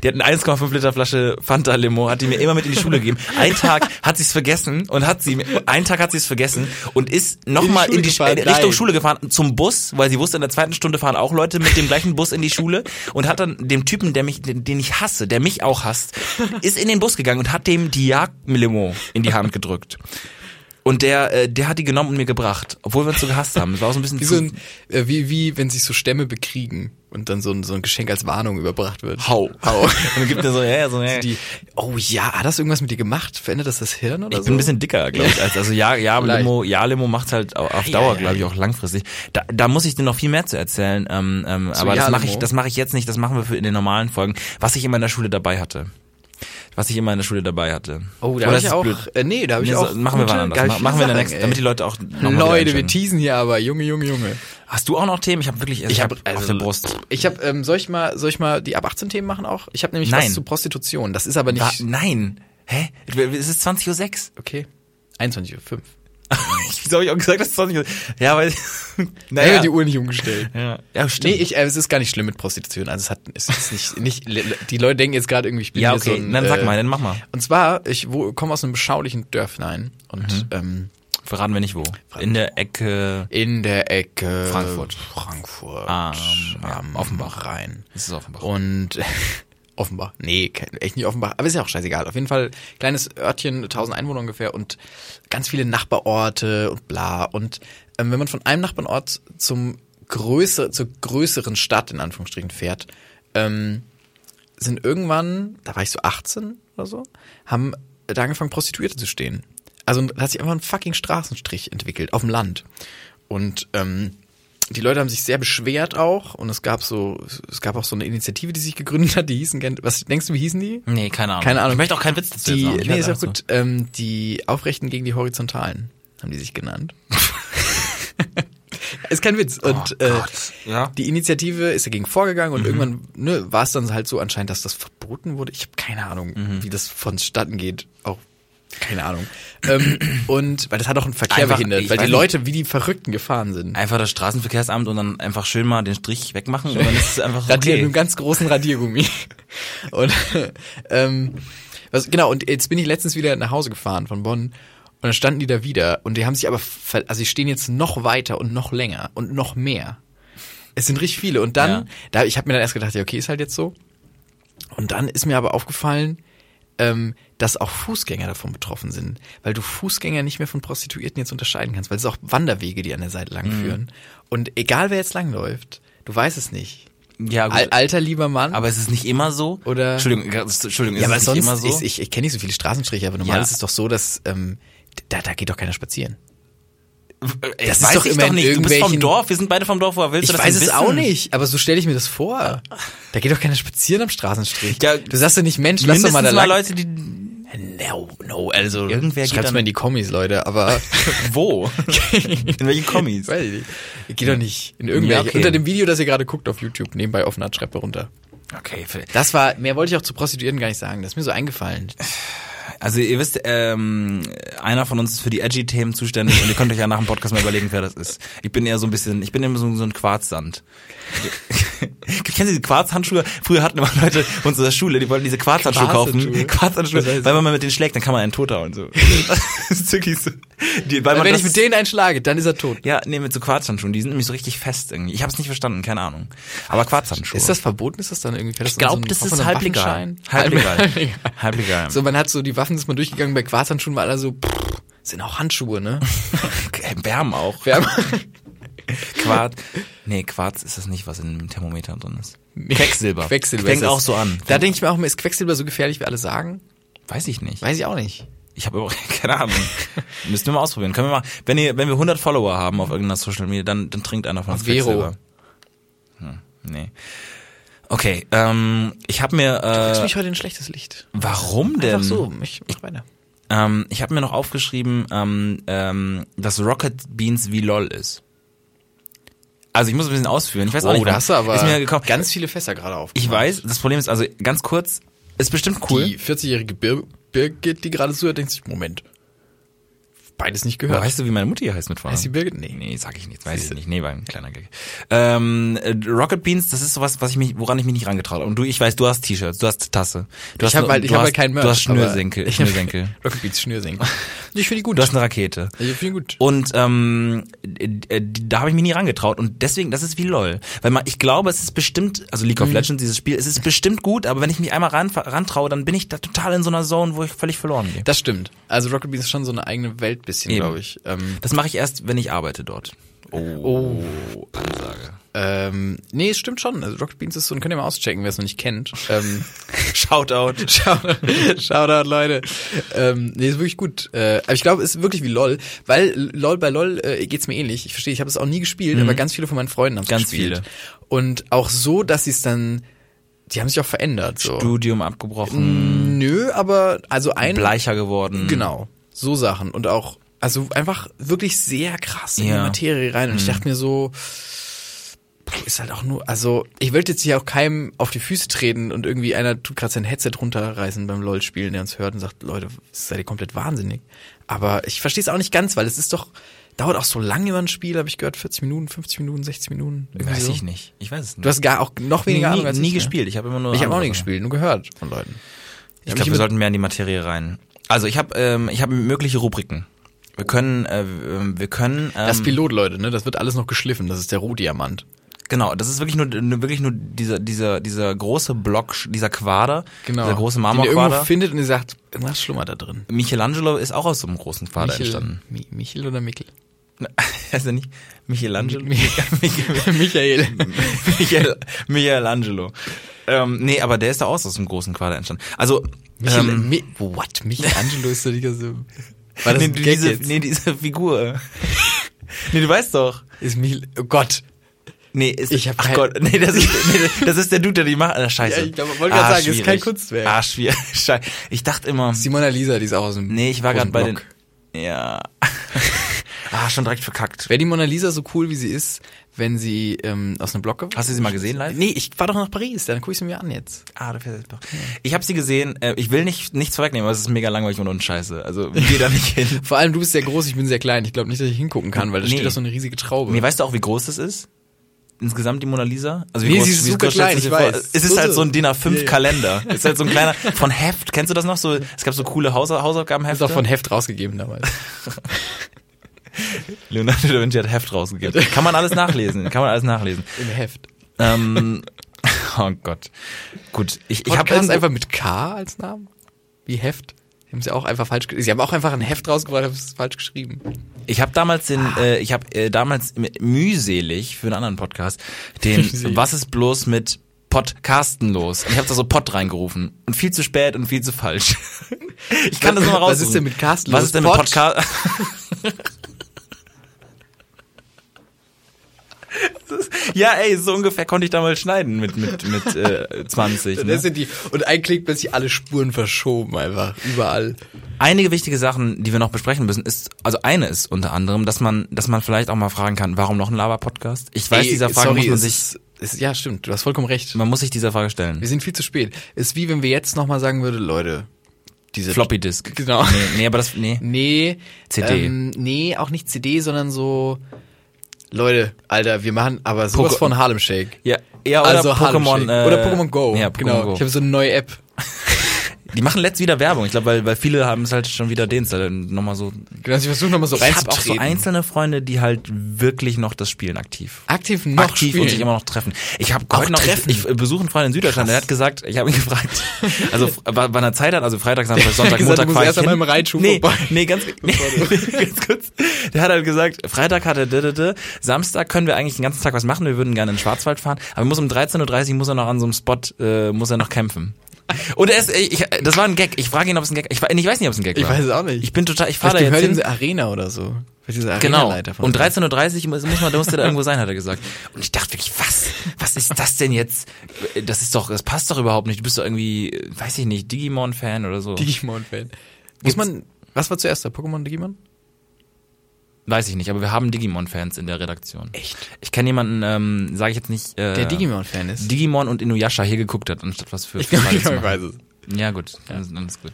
S2: Die hat eine 1,5 Liter Flasche Fanta Limo, hat die mir immer mit in die Schule gegeben. Einen Tag hat sie es vergessen und hat sie, mir- einen Tag hat sie es vergessen und ist
S3: In die
S2: nochmal in
S3: Schule
S2: die,
S3: gefahren,
S2: in Richtung
S3: nein.
S2: Schule gefahren zum Bus, weil sie wusste, in der zweiten Stunde fahren auch Leute mit dem gleichen Bus in die Schule und hat dann dem Typen, der mich, den, den ich hasse, der mich auch hasst, ist in den Bus gegangen und hat dem die Jagd-Limo in die Hand gedrückt. Und der, äh, der hat die genommen und mir gebracht, obwohl wir uns so gehasst haben. Es war auch so ein bisschen
S3: Wie, so ein, äh, wie, wie wenn sich so Stämme bekriegen und dann so ein, so ein Geschenk als Warnung überbracht wird.
S2: Hau.
S3: Hau.
S2: Und dann gibt er so, ja, ja, so, ja. ja.
S3: Die, oh ja, hat das irgendwas mit dir gemacht? Verändert das das Hirn oder
S2: Ich
S3: so?
S2: bin ein bisschen dicker, glaube ich. als- Also ja, ja,
S3: Also Vielleicht.
S2: Limo, ja, Limo macht halt au- auf
S3: Ja,
S2: Dauer,
S3: ja,
S2: glaube ich,
S3: ja.
S2: auch langfristig. Da, da muss ich dir noch viel mehr zu erzählen. Ähm, ähm, aber das
S3: Ja,
S2: mache ich,
S3: Limo.
S2: das mache ich jetzt nicht. Das machen wir für in den normalen Folgen. Was ich immer in der Schule dabei hatte, was ich immer in der Schule dabei hatte.
S3: Oh,
S2: Oder
S3: da habe
S2: das
S3: ich
S2: ist
S3: auch.
S2: blöd.
S3: Äh, nee, da habe ich
S2: Nee,
S3: auch.
S2: so, machen wir
S3: gute-
S2: mal
S3: da
S2: anders.
S3: hab
S2: Ma-
S3: ich
S2: Machen wir in der
S3: Sachen,
S2: nächsten,
S3: ey.
S2: damit die Leute auch noch mal
S3: Leute, wir
S2: einschalten.
S3: teasen hier aber. Junge, Junge, Junge.
S2: Hast du auch noch Themen? Ich habe wirklich, ich,
S3: Ich
S2: hab
S3: hab-
S2: habe auf
S3: also-
S2: der Brust.
S3: Ich habe, ähm, soll ich mal, soll ich mal die ab 18 Themen machen auch? Ich habe nämlich
S2: Nein.
S3: was zu Prostitution. Das ist aber nicht.
S2: Wa- nein, hä? Es ist 20:06
S3: Okay. 21.05 Uhr.
S2: Wieso habe ich auch gesagt, dass es 20 Uhr? Ja, weil
S3: Naja.
S2: naja,
S3: die Uhr nicht umgestellt.
S2: ja, ja,
S3: Nee,
S2: stimmt.
S3: ich, äh, es ist gar nicht schlimm mit Prostitution. Also es hat, es ist nicht, nicht, le- le- die Leute denken jetzt gerade irgendwie, ich bin
S2: ja,
S3: hier
S2: okay.
S3: so ein,
S2: dann sag
S3: äh,
S2: mal, dann mach mal.
S3: Und zwar, ich wo- komme aus einem beschaulichen Dörflein und ähm,
S2: Verraten wir nicht wo. In der Ecke.
S3: in der Ecke
S2: Frankfurt.
S3: Frankfurt,
S2: Am- ja,
S3: am
S2: Offenbach.
S3: Rhein.
S2: Das ist Offenbach.
S3: Und Offenbach, nee, ke- echt nicht Offenbach, aber ist ja auch scheißegal. Auf jeden Fall kleines Örtchen, 1000 Einwohner ungefähr und ganz viele Nachbarorte und bla. Und ähm, wenn man von einem Nachbarort zum größer, zur größeren Stadt in Anführungsstrichen fährt, ähm, sind irgendwann, da war ich so 18 oder so, haben da angefangen, Prostituierte zu stehen. Also da hat sich einfach ein fucking Straßenstrich entwickelt, auf dem Land. Und ähm, die Leute haben sich sehr beschwert auch und es gab so, es gab auch so eine Initiative, die sich gegründet hat, die hießen, was denkst du, wie hießen die?
S2: Nee, keine Ahnung.
S3: Keine Ahnung.
S2: Ich möchte auch keinen Witz dazu
S3: Die,
S2: jetzt machen. Ich
S3: nee,
S2: weiß
S3: ist auch
S2: einfach
S3: gut. Ähm, die Aufrechten gegen die Horizontalen haben die sich genannt. ist kein Witz. Und
S2: Oh
S3: äh,
S2: Gott. Ja.
S3: die Initiative ist dagegen vorgegangen und irgendwann ne, war es dann halt so anscheinend, dass das verboten wurde. Ich habe keine Ahnung, wie das vonstatten geht. Auch keine Ahnung. ähm, und weil das hat auch einen Verkehr
S2: Einfach-
S3: behindert,
S2: ich
S3: weil die
S2: weiß
S3: Leute wie die Verrückten gefahren sind.
S2: Einfach das Straßenverkehrsamt und dann einfach schön mal den Strich wegmachen und dann ist es einfach
S3: Radier, mit
S2: okay.
S3: einem ganz großen Radiergummi. Und ähm, was, genau, und jetzt bin ich letztens wieder nach Hause gefahren von Bonn und dann standen die da wieder und die haben sich aber, ver also die stehen jetzt noch weiter und noch länger und noch mehr. Es sind richtig viele und dann,
S2: Ja.
S3: da, ich habe mir dann erst gedacht, ja okay, ist halt jetzt so. Und dann ist mir aber aufgefallen, ähm, dass auch Fußgänger davon betroffen sind, weil du Fußgänger nicht mehr von Prostituierten jetzt unterscheiden kannst, weil es sind auch Wanderwege, die an der Seite
S2: Mhm.
S3: lang führen. Und egal wer jetzt langläuft, du weißt es nicht.
S2: Ja, gut.
S3: Al alter lieber Mann.
S2: aber es ist nicht immer so.
S3: Oder-
S2: Entschuldigung, äh, Entschuldigung, ist
S3: ja, aber
S2: es nicht
S3: sonst,
S2: immer so.
S3: ich, ich, ich kenne nicht so viele Straßenstriche, aber normal
S2: Ja.
S3: ist es doch so, dass ähm, da, da geht doch keiner spazieren.
S2: Ey,
S3: das ist doch immer
S2: Du
S3: in
S2: bist vom
S3: irgendwelchen-
S2: Dorf, wir sind beide vom Dorf, woher willst
S3: Ich
S2: du das
S3: weiß es
S2: denn
S3: auch
S2: wissen?
S3: nicht, aber so stelle ich mir das vor. Da geht doch keiner spazieren am Straßenstrich.
S2: Ja,
S3: du sagst ja nicht, Mensch, lass
S2: Mindestens
S3: doch mal da
S2: mal,
S3: lang.
S2: Leute, die
S3: No, no, also
S2: Irgendwer geht
S3: schreibt's
S2: dann-
S3: mal in die Kommis, Leute, aber
S2: wo? in welchen Kommis?
S3: weiß ich nicht. Geht doch nicht in irgendwelche.
S2: Ja, okay.
S3: Unter dem Video, das ihr gerade guckt auf YouTube, nebenbei offen hat, schreibt mal runter.
S2: Okay, für-
S3: Das war, mehr wollte ich auch zu Prostituierten gar nicht sagen, das ist mir so eingefallen.
S2: also ihr wisst, ähm, einer von uns ist für die edgy Themen zuständig und ihr könnt euch ja nach dem Podcast mal überlegen, wer das ist. Ich bin eher so ein bisschen, ich bin immer so, so ein Quarzsand. Kennst du diese Quarzhandschuhe? Früher hatten immer Leute uns in der Schule, die wollten diese Quarzhandschuhe
S3: Quarzhandschuhe?
S2: kaufen. Quarzhandschuhe,
S3: Was heißt das?
S2: weil wenn man mit denen schlägt, dann kann man einen tot hauen. So. das ist wirklich so. Die, weil man
S3: Wenn
S2: das-
S3: ich mit denen einschlage, dann ist er tot.
S2: Ja, nee, mit so Quarzhandschuhen. Die sind nämlich so richtig fest irgendwie. Ich habe es nicht verstanden, keine Ahnung. Aber Quarzhandschuhe.
S3: Ist das verboten? Ist das dann irgendwie?
S2: ich glaube, das ist halb legal. Halb
S3: Halb
S2: legal.
S3: legal.
S2: Halb legal.
S3: So, man hat so die Waffen, ist man durchgegangen, bei Quarzhandschuhen war alle so, pff, sind auch Handschuhe, ne?
S2: Okay, Wärme auch.
S3: Wir haben,
S2: Quarz. Nee, Quarz ist das nicht, was in dem Thermometer drin ist.
S3: Nee.
S2: Quecksilber.
S3: Quecksilber.
S2: Fängt
S3: ist es.
S2: auch so an.
S3: Da denke ich mir auch immer, ist Quecksilber so gefährlich, wie alle sagen?
S2: Weiß ich nicht.
S3: Weiß ich auch nicht.
S2: Ich habe überhaupt keine Ahnung. Müssen wir mal ausprobieren. Können wir mal, wenn, ihr, wenn wir 100 Follower haben auf irgendeiner Social Media, dann, dann trinkt einer von uns
S3: Vero.
S2: Quecksilber. Hm, nee. Okay, ähm, ich habe mir...
S3: Ist
S2: Äh,
S3: mich heute ein schlechtes Licht.
S2: warum denn?
S3: Einfach so, ich mach weiter.
S2: Ähm, ich habe mir noch aufgeschrieben, ähm, ähm, dass Rocket Beans wie LOL ist. Also ich muss ein bisschen ausführen. Ich weiß auch nicht.
S3: Oh, da
S2: warum.
S3: hast du aber
S2: ist mir gekommen.
S3: ganz viele Fässer gerade auf.
S2: ich weiß, das Problem ist also ganz kurz, ist bestimmt cool.
S3: Die 40-jährige Bir Birgit, die gerade zuhört, denkt sich, Moment, beides nicht
S2: Aber
S3: gehört.
S2: weißt du, wie meine Mutti heißt mit Vornamen?
S3: Heißt sie Birgit? Nee.
S2: Nee, sag ich nicht, weiß ich nicht. Nee, war ein kleiner Gag. Ähm, äh, Rocket Beans, das ist sowas, was ich mich, woran ich mich nicht rangetraut habe. Und du, ich weiß, du hast T-Shirts, du hast Tasse. Du hast
S3: ich habe
S2: nur-
S3: halt, ich
S2: du
S3: hab
S2: hast-
S3: halt keinen Merch.
S2: Du hast
S3: aber-
S2: Schnürsenkel,
S3: Ich hab-
S2: Schnürsenkel.
S3: Rocket Beats Schnürsenkel. Ich finde die gut.
S2: Du hast eine Rakete.
S3: Ich finde die gut.
S2: Und ähm, äh, äh, da habe ich mich nie rangetraut. Und deswegen, das ist wie LOL. Weil man, ich glaube, es ist bestimmt, also League
S3: Mhm.
S2: of Legends, dieses Spiel, es ist bestimmt gut, aber wenn ich mich einmal ran, rantraue, dann bin ich da total in so einer Zone, wo ich völlig verloren gehe.
S3: Das stimmt. Also Rocket Beans ist schon so eine eigene Welt bisschen,
S2: Eben.
S3: glaube ich. Ähm,
S2: Das mache ich erst, wenn ich arbeite dort. Oh, Ansage.
S3: ähm, nee, es stimmt schon. Also Rocket Beans ist so, könnt ihr mal auschecken, wer es noch nicht kennt. Ähm,
S2: Shoutout.
S3: Shoutout, Shoutout, Leute. Ähm, nee, ist wirklich gut. Äh, aber ich glaube, ist wirklich wie LOL, weil LOL bei LOL äh, geht's mir ähnlich. Ich verstehe, ich habe es auch nie gespielt, aber ganz viele von meinen Freunden haben es
S2: Mhm. Ganz
S3: gespielt.
S2: viele.
S3: Und auch so, dass sie es dann, die haben sich auch verändert. So.
S2: Studium abgebrochen,
S3: Nö, aber also ein
S2: bleicher geworden.
S3: Genau, so Sachen und auch, also einfach wirklich sehr krass in die
S2: Ja. Mhm.
S3: Materie rein. Und ich dachte mir so, puh, ist halt auch nur, also ich wollte jetzt hier auch keinem auf die Füße treten und irgendwie einer tut gerade sein Headset runterreißen beim LOL-Spielen, der uns hört und sagt, Leute, seid ihr komplett wahnsinnig. Aber ich verstehe es auch nicht ganz, weil es ist doch, dauert auch so lange immer ein Spiel, habe ich gehört, 40 Minuten, 50 Minuten, 60 Minuten. irgendwie
S2: Weiß
S3: so.
S2: ich nicht. Ich weiß es nicht.
S3: Du hast gar auch noch weniger
S2: nie,
S3: Ahnung als
S2: nie
S3: ich, ne?
S2: gespielt. Ich habe immer nur.
S3: Ich habe auch
S2: andere
S3: nie
S2: Sachen.
S3: gespielt, nur gehört von Leuten.
S2: Ich
S3: hab
S2: glaube, wir
S3: mich immer-
S2: sollten mehr in die Materie rein. Also ich habe ähm, ich habe mögliche Rubriken. Wir können äh, ähm, wir können ähm,
S3: Das Pilot, Leute, ne? Das wird alles noch geschliffen. Das ist der Rohdiamant.
S2: genau. Das ist wirklich nur nur- wirklich nur dieser dieser dieser große Block dieser Quader dieser große
S3: Genau. Den ihr irgendwo
S2: Marmorquader.
S3: findet und ihr sagt, irgendwas schlummert da drin.
S2: Michelangelo ist auch aus so einem großen Quader entstanden.
S3: Mi Michel oder Mikkel?
S2: Heißt er nicht Michelangelo?
S3: Mi- Michael.
S2: Michael, Michelangelo. ähm, nee, aber der ist da aus aus dem großen Quader entstanden. Also,
S3: Michel,
S2: ähm,
S3: Mi what? Michelangelo ist doch nicht so. War das
S2: nee,
S3: ein
S2: du-
S3: Gag
S2: diese,
S3: jetzt?
S2: nee, diese Figur. nee, du weißt doch.
S3: Ist Michel, oh Gott.
S2: Nee, ist,
S3: Ich hab
S2: ach
S3: kein-
S2: Gott, nee, das ist, nee, das ist der Dude, der die macht. Ah, scheiße.
S3: Ja, ich glaub, wollte grad sagen, ist
S2: schwierig.
S3: kein Kunstwerk.
S2: Ah, schwierig. Scheiße. Ich dachte immer,
S3: Die Mona Lisa, die ist auch aus dem
S2: nee, ich war gerade bei
S3: großen Block.
S2: den, ja. ah, schon direkt verkackt.
S3: Wäre die Mona Lisa so cool, wie sie ist, wenn sie ähm, aus einem Block gewachsen
S2: Hast du sie mal gesehen live?
S3: Nee, ich war doch nach Paris, dann gucke ich sie mir an jetzt.
S2: Ah, du fährst jetzt doch. Ich habe sie gesehen. Äh, ich will nicht nichts vorwegnehmen, aber es ist mega langweilig und unscheiße. Also geh da nicht hin.
S3: Vor allem, du bist sehr groß, ich bin sehr klein. Ich glaube nicht, dass ich hingucken kann, weil da
S2: Nee.
S3: steht doch so eine riesige Traube.
S2: Nee, weißt du auch, wie groß das ist? Insgesamt die Mona Lisa? Also
S3: Nee, sie ist super
S2: stellst du
S3: klein,
S2: sie
S3: ich
S2: vor?
S3: weiß.
S2: Es
S3: So,
S2: ist halt
S3: so.
S2: so ein DIN A5
S3: Ja, ja.
S2: Kalender. Es ist halt so ein kleiner von Heft. Kennst du das noch so? Es gab so coole Haus
S3: ist
S2: Hausaufgabenhefte.
S3: doch von Heft rausgegeben damals.
S2: Leonardo da Vinci hat Heft rausgegeben. Kann man alles nachlesen. Kann man alles nachlesen.
S3: Im Heft.
S2: Ähm, oh Gott. Gut, ich ich
S3: Ich
S2: habe
S3: habe das einfach mit K als Namen. Wie Heft. Die haben sie auch einfach falsch ge- Sie haben auch einfach ein Heft rausgebracht, haben es falsch geschrieben.
S2: Ich habe damals den,
S3: Ah.
S2: äh, ich habe äh, damals m- mühselig für einen anderen Podcast den
S3: Mühselig.
S2: Was ist bloß mit Podcasten los? Und ich habe da so Pod reingerufen und viel zu spät und viel zu falsch. Ich kann das nochmal raus.
S3: Was ist denn mit Carsten
S2: Was
S3: los?
S2: ist denn mit
S3: Pod?
S2: Podcast? Ja, ey, so ungefähr konnte ich damals schneiden mit mit mit äh, 20.
S3: Das
S2: Ne?
S3: sind die. Und ein Klick, bis sich alle Spuren verschoben einfach. Überall.
S2: Einige wichtige Sachen, die wir noch besprechen müssen, ist also eine ist unter anderem, dass man dass man vielleicht auch mal fragen kann, warum noch ein Laber-Podcast? Ich weiß,
S3: Ey,
S2: dieser Frage
S3: Äh, sorry,
S2: muss man
S3: es
S2: sich
S3: ist- es- ja, stimmt. Du hast vollkommen recht.
S2: Man muss sich dieser Frage stellen.
S3: Wir sind viel zu spät. Ist wie wenn wir jetzt nochmal sagen würde, Leute, diese
S2: Floppy Disk.
S3: Genau.
S2: Nee, nee, aber das, nee.
S3: Nee,
S2: CD.
S3: Ähm, nee, auch nicht CD, sondern so Leute, Alter, wir machen aber sowas
S2: Poke-
S3: von Harlem Shake.
S2: Ja, ja oder
S3: also Harlem
S2: Pokémon,
S3: Shake.
S2: äh,
S3: oder Pokémon Go.
S2: Ja, Pokémon
S3: genau.
S2: Go.
S3: Ich habe so eine neue App.
S2: Die machen letzt wieder Werbung. Ich glaube, weil, weil viele haben es halt schon wieder deinstalliert und nochmal so.
S3: Genau, ich versuche nochmal so
S2: Ich habe auch so
S3: reinzutreten.
S2: einzelne Freunde, die halt wirklich noch das Spielen aktiv.
S3: aktiv noch
S2: aktiv
S3: spielen.
S2: und sich immer noch treffen. Ich habe
S3: Auch
S2: heute noch,
S3: treffen?
S2: ich, ich besuche einen Freund in Süddeutschland, der hat gesagt, ich habe ihn gefragt, also f- bei bei einer Zeit hat, also Freitag, Samstag, Sonntag,
S3: gesagt,
S2: Montag
S3: du musst
S2: fahr ich
S3: erst einmal
S2: hin.
S3: im Reitschuh
S2: nee,
S3: vorbei.
S2: Nee, ganz, nee, ganz kurz. Der hat halt gesagt, Freitag hat er d -d -d, Samstag können wir eigentlich den ganzen Tag was machen, wir würden gerne in den Schwarzwald fahren, aber muss um 13.30 Uhr muss er noch an so einem Spot, äh, muss er noch kämpfen. Und er ist, ich, das war ein Gag. Ich frage ihn, ob es ein Gag, ich, ich weiß nicht, ob es ein Gag
S3: Ich
S2: war.
S3: weiß es auch nicht.
S2: Ich bin total, ich fahre da
S3: Vielleicht
S2: jetzt
S3: gehört ihm
S2: hin.
S3: diese Arena oder so. Vielleicht Dieser
S2: Genau.
S3: Arenaleiter von
S2: Um
S3: denen.
S2: 13.30 Uhr muss muss man, da musste da irgendwo sein, hat er gesagt. Und ich dachte wirklich, was? Was ist das denn jetzt? Das ist doch, das passt doch überhaupt nicht. Du bist doch irgendwie, äh, weiß ich nicht, Digimon-Fan oder so.
S3: Digimon-Fan. Muss man, was war zuerst da? Pokémon, Digimon?
S2: weiß ich nicht, aber wir haben Digimon-Fans in der Redaktion.
S3: Echt?
S2: Ich kenne jemanden, ähm, sage ich jetzt nicht, äh,
S3: Der Digimon-Fan ist.
S2: Digimon und Inuyasha hier geguckt hat, anstatt was für
S3: Ich glaube,
S2: Frage
S3: ich
S2: zu machen.
S3: weiß es.
S2: Ja, gut, dann, dann ist gut.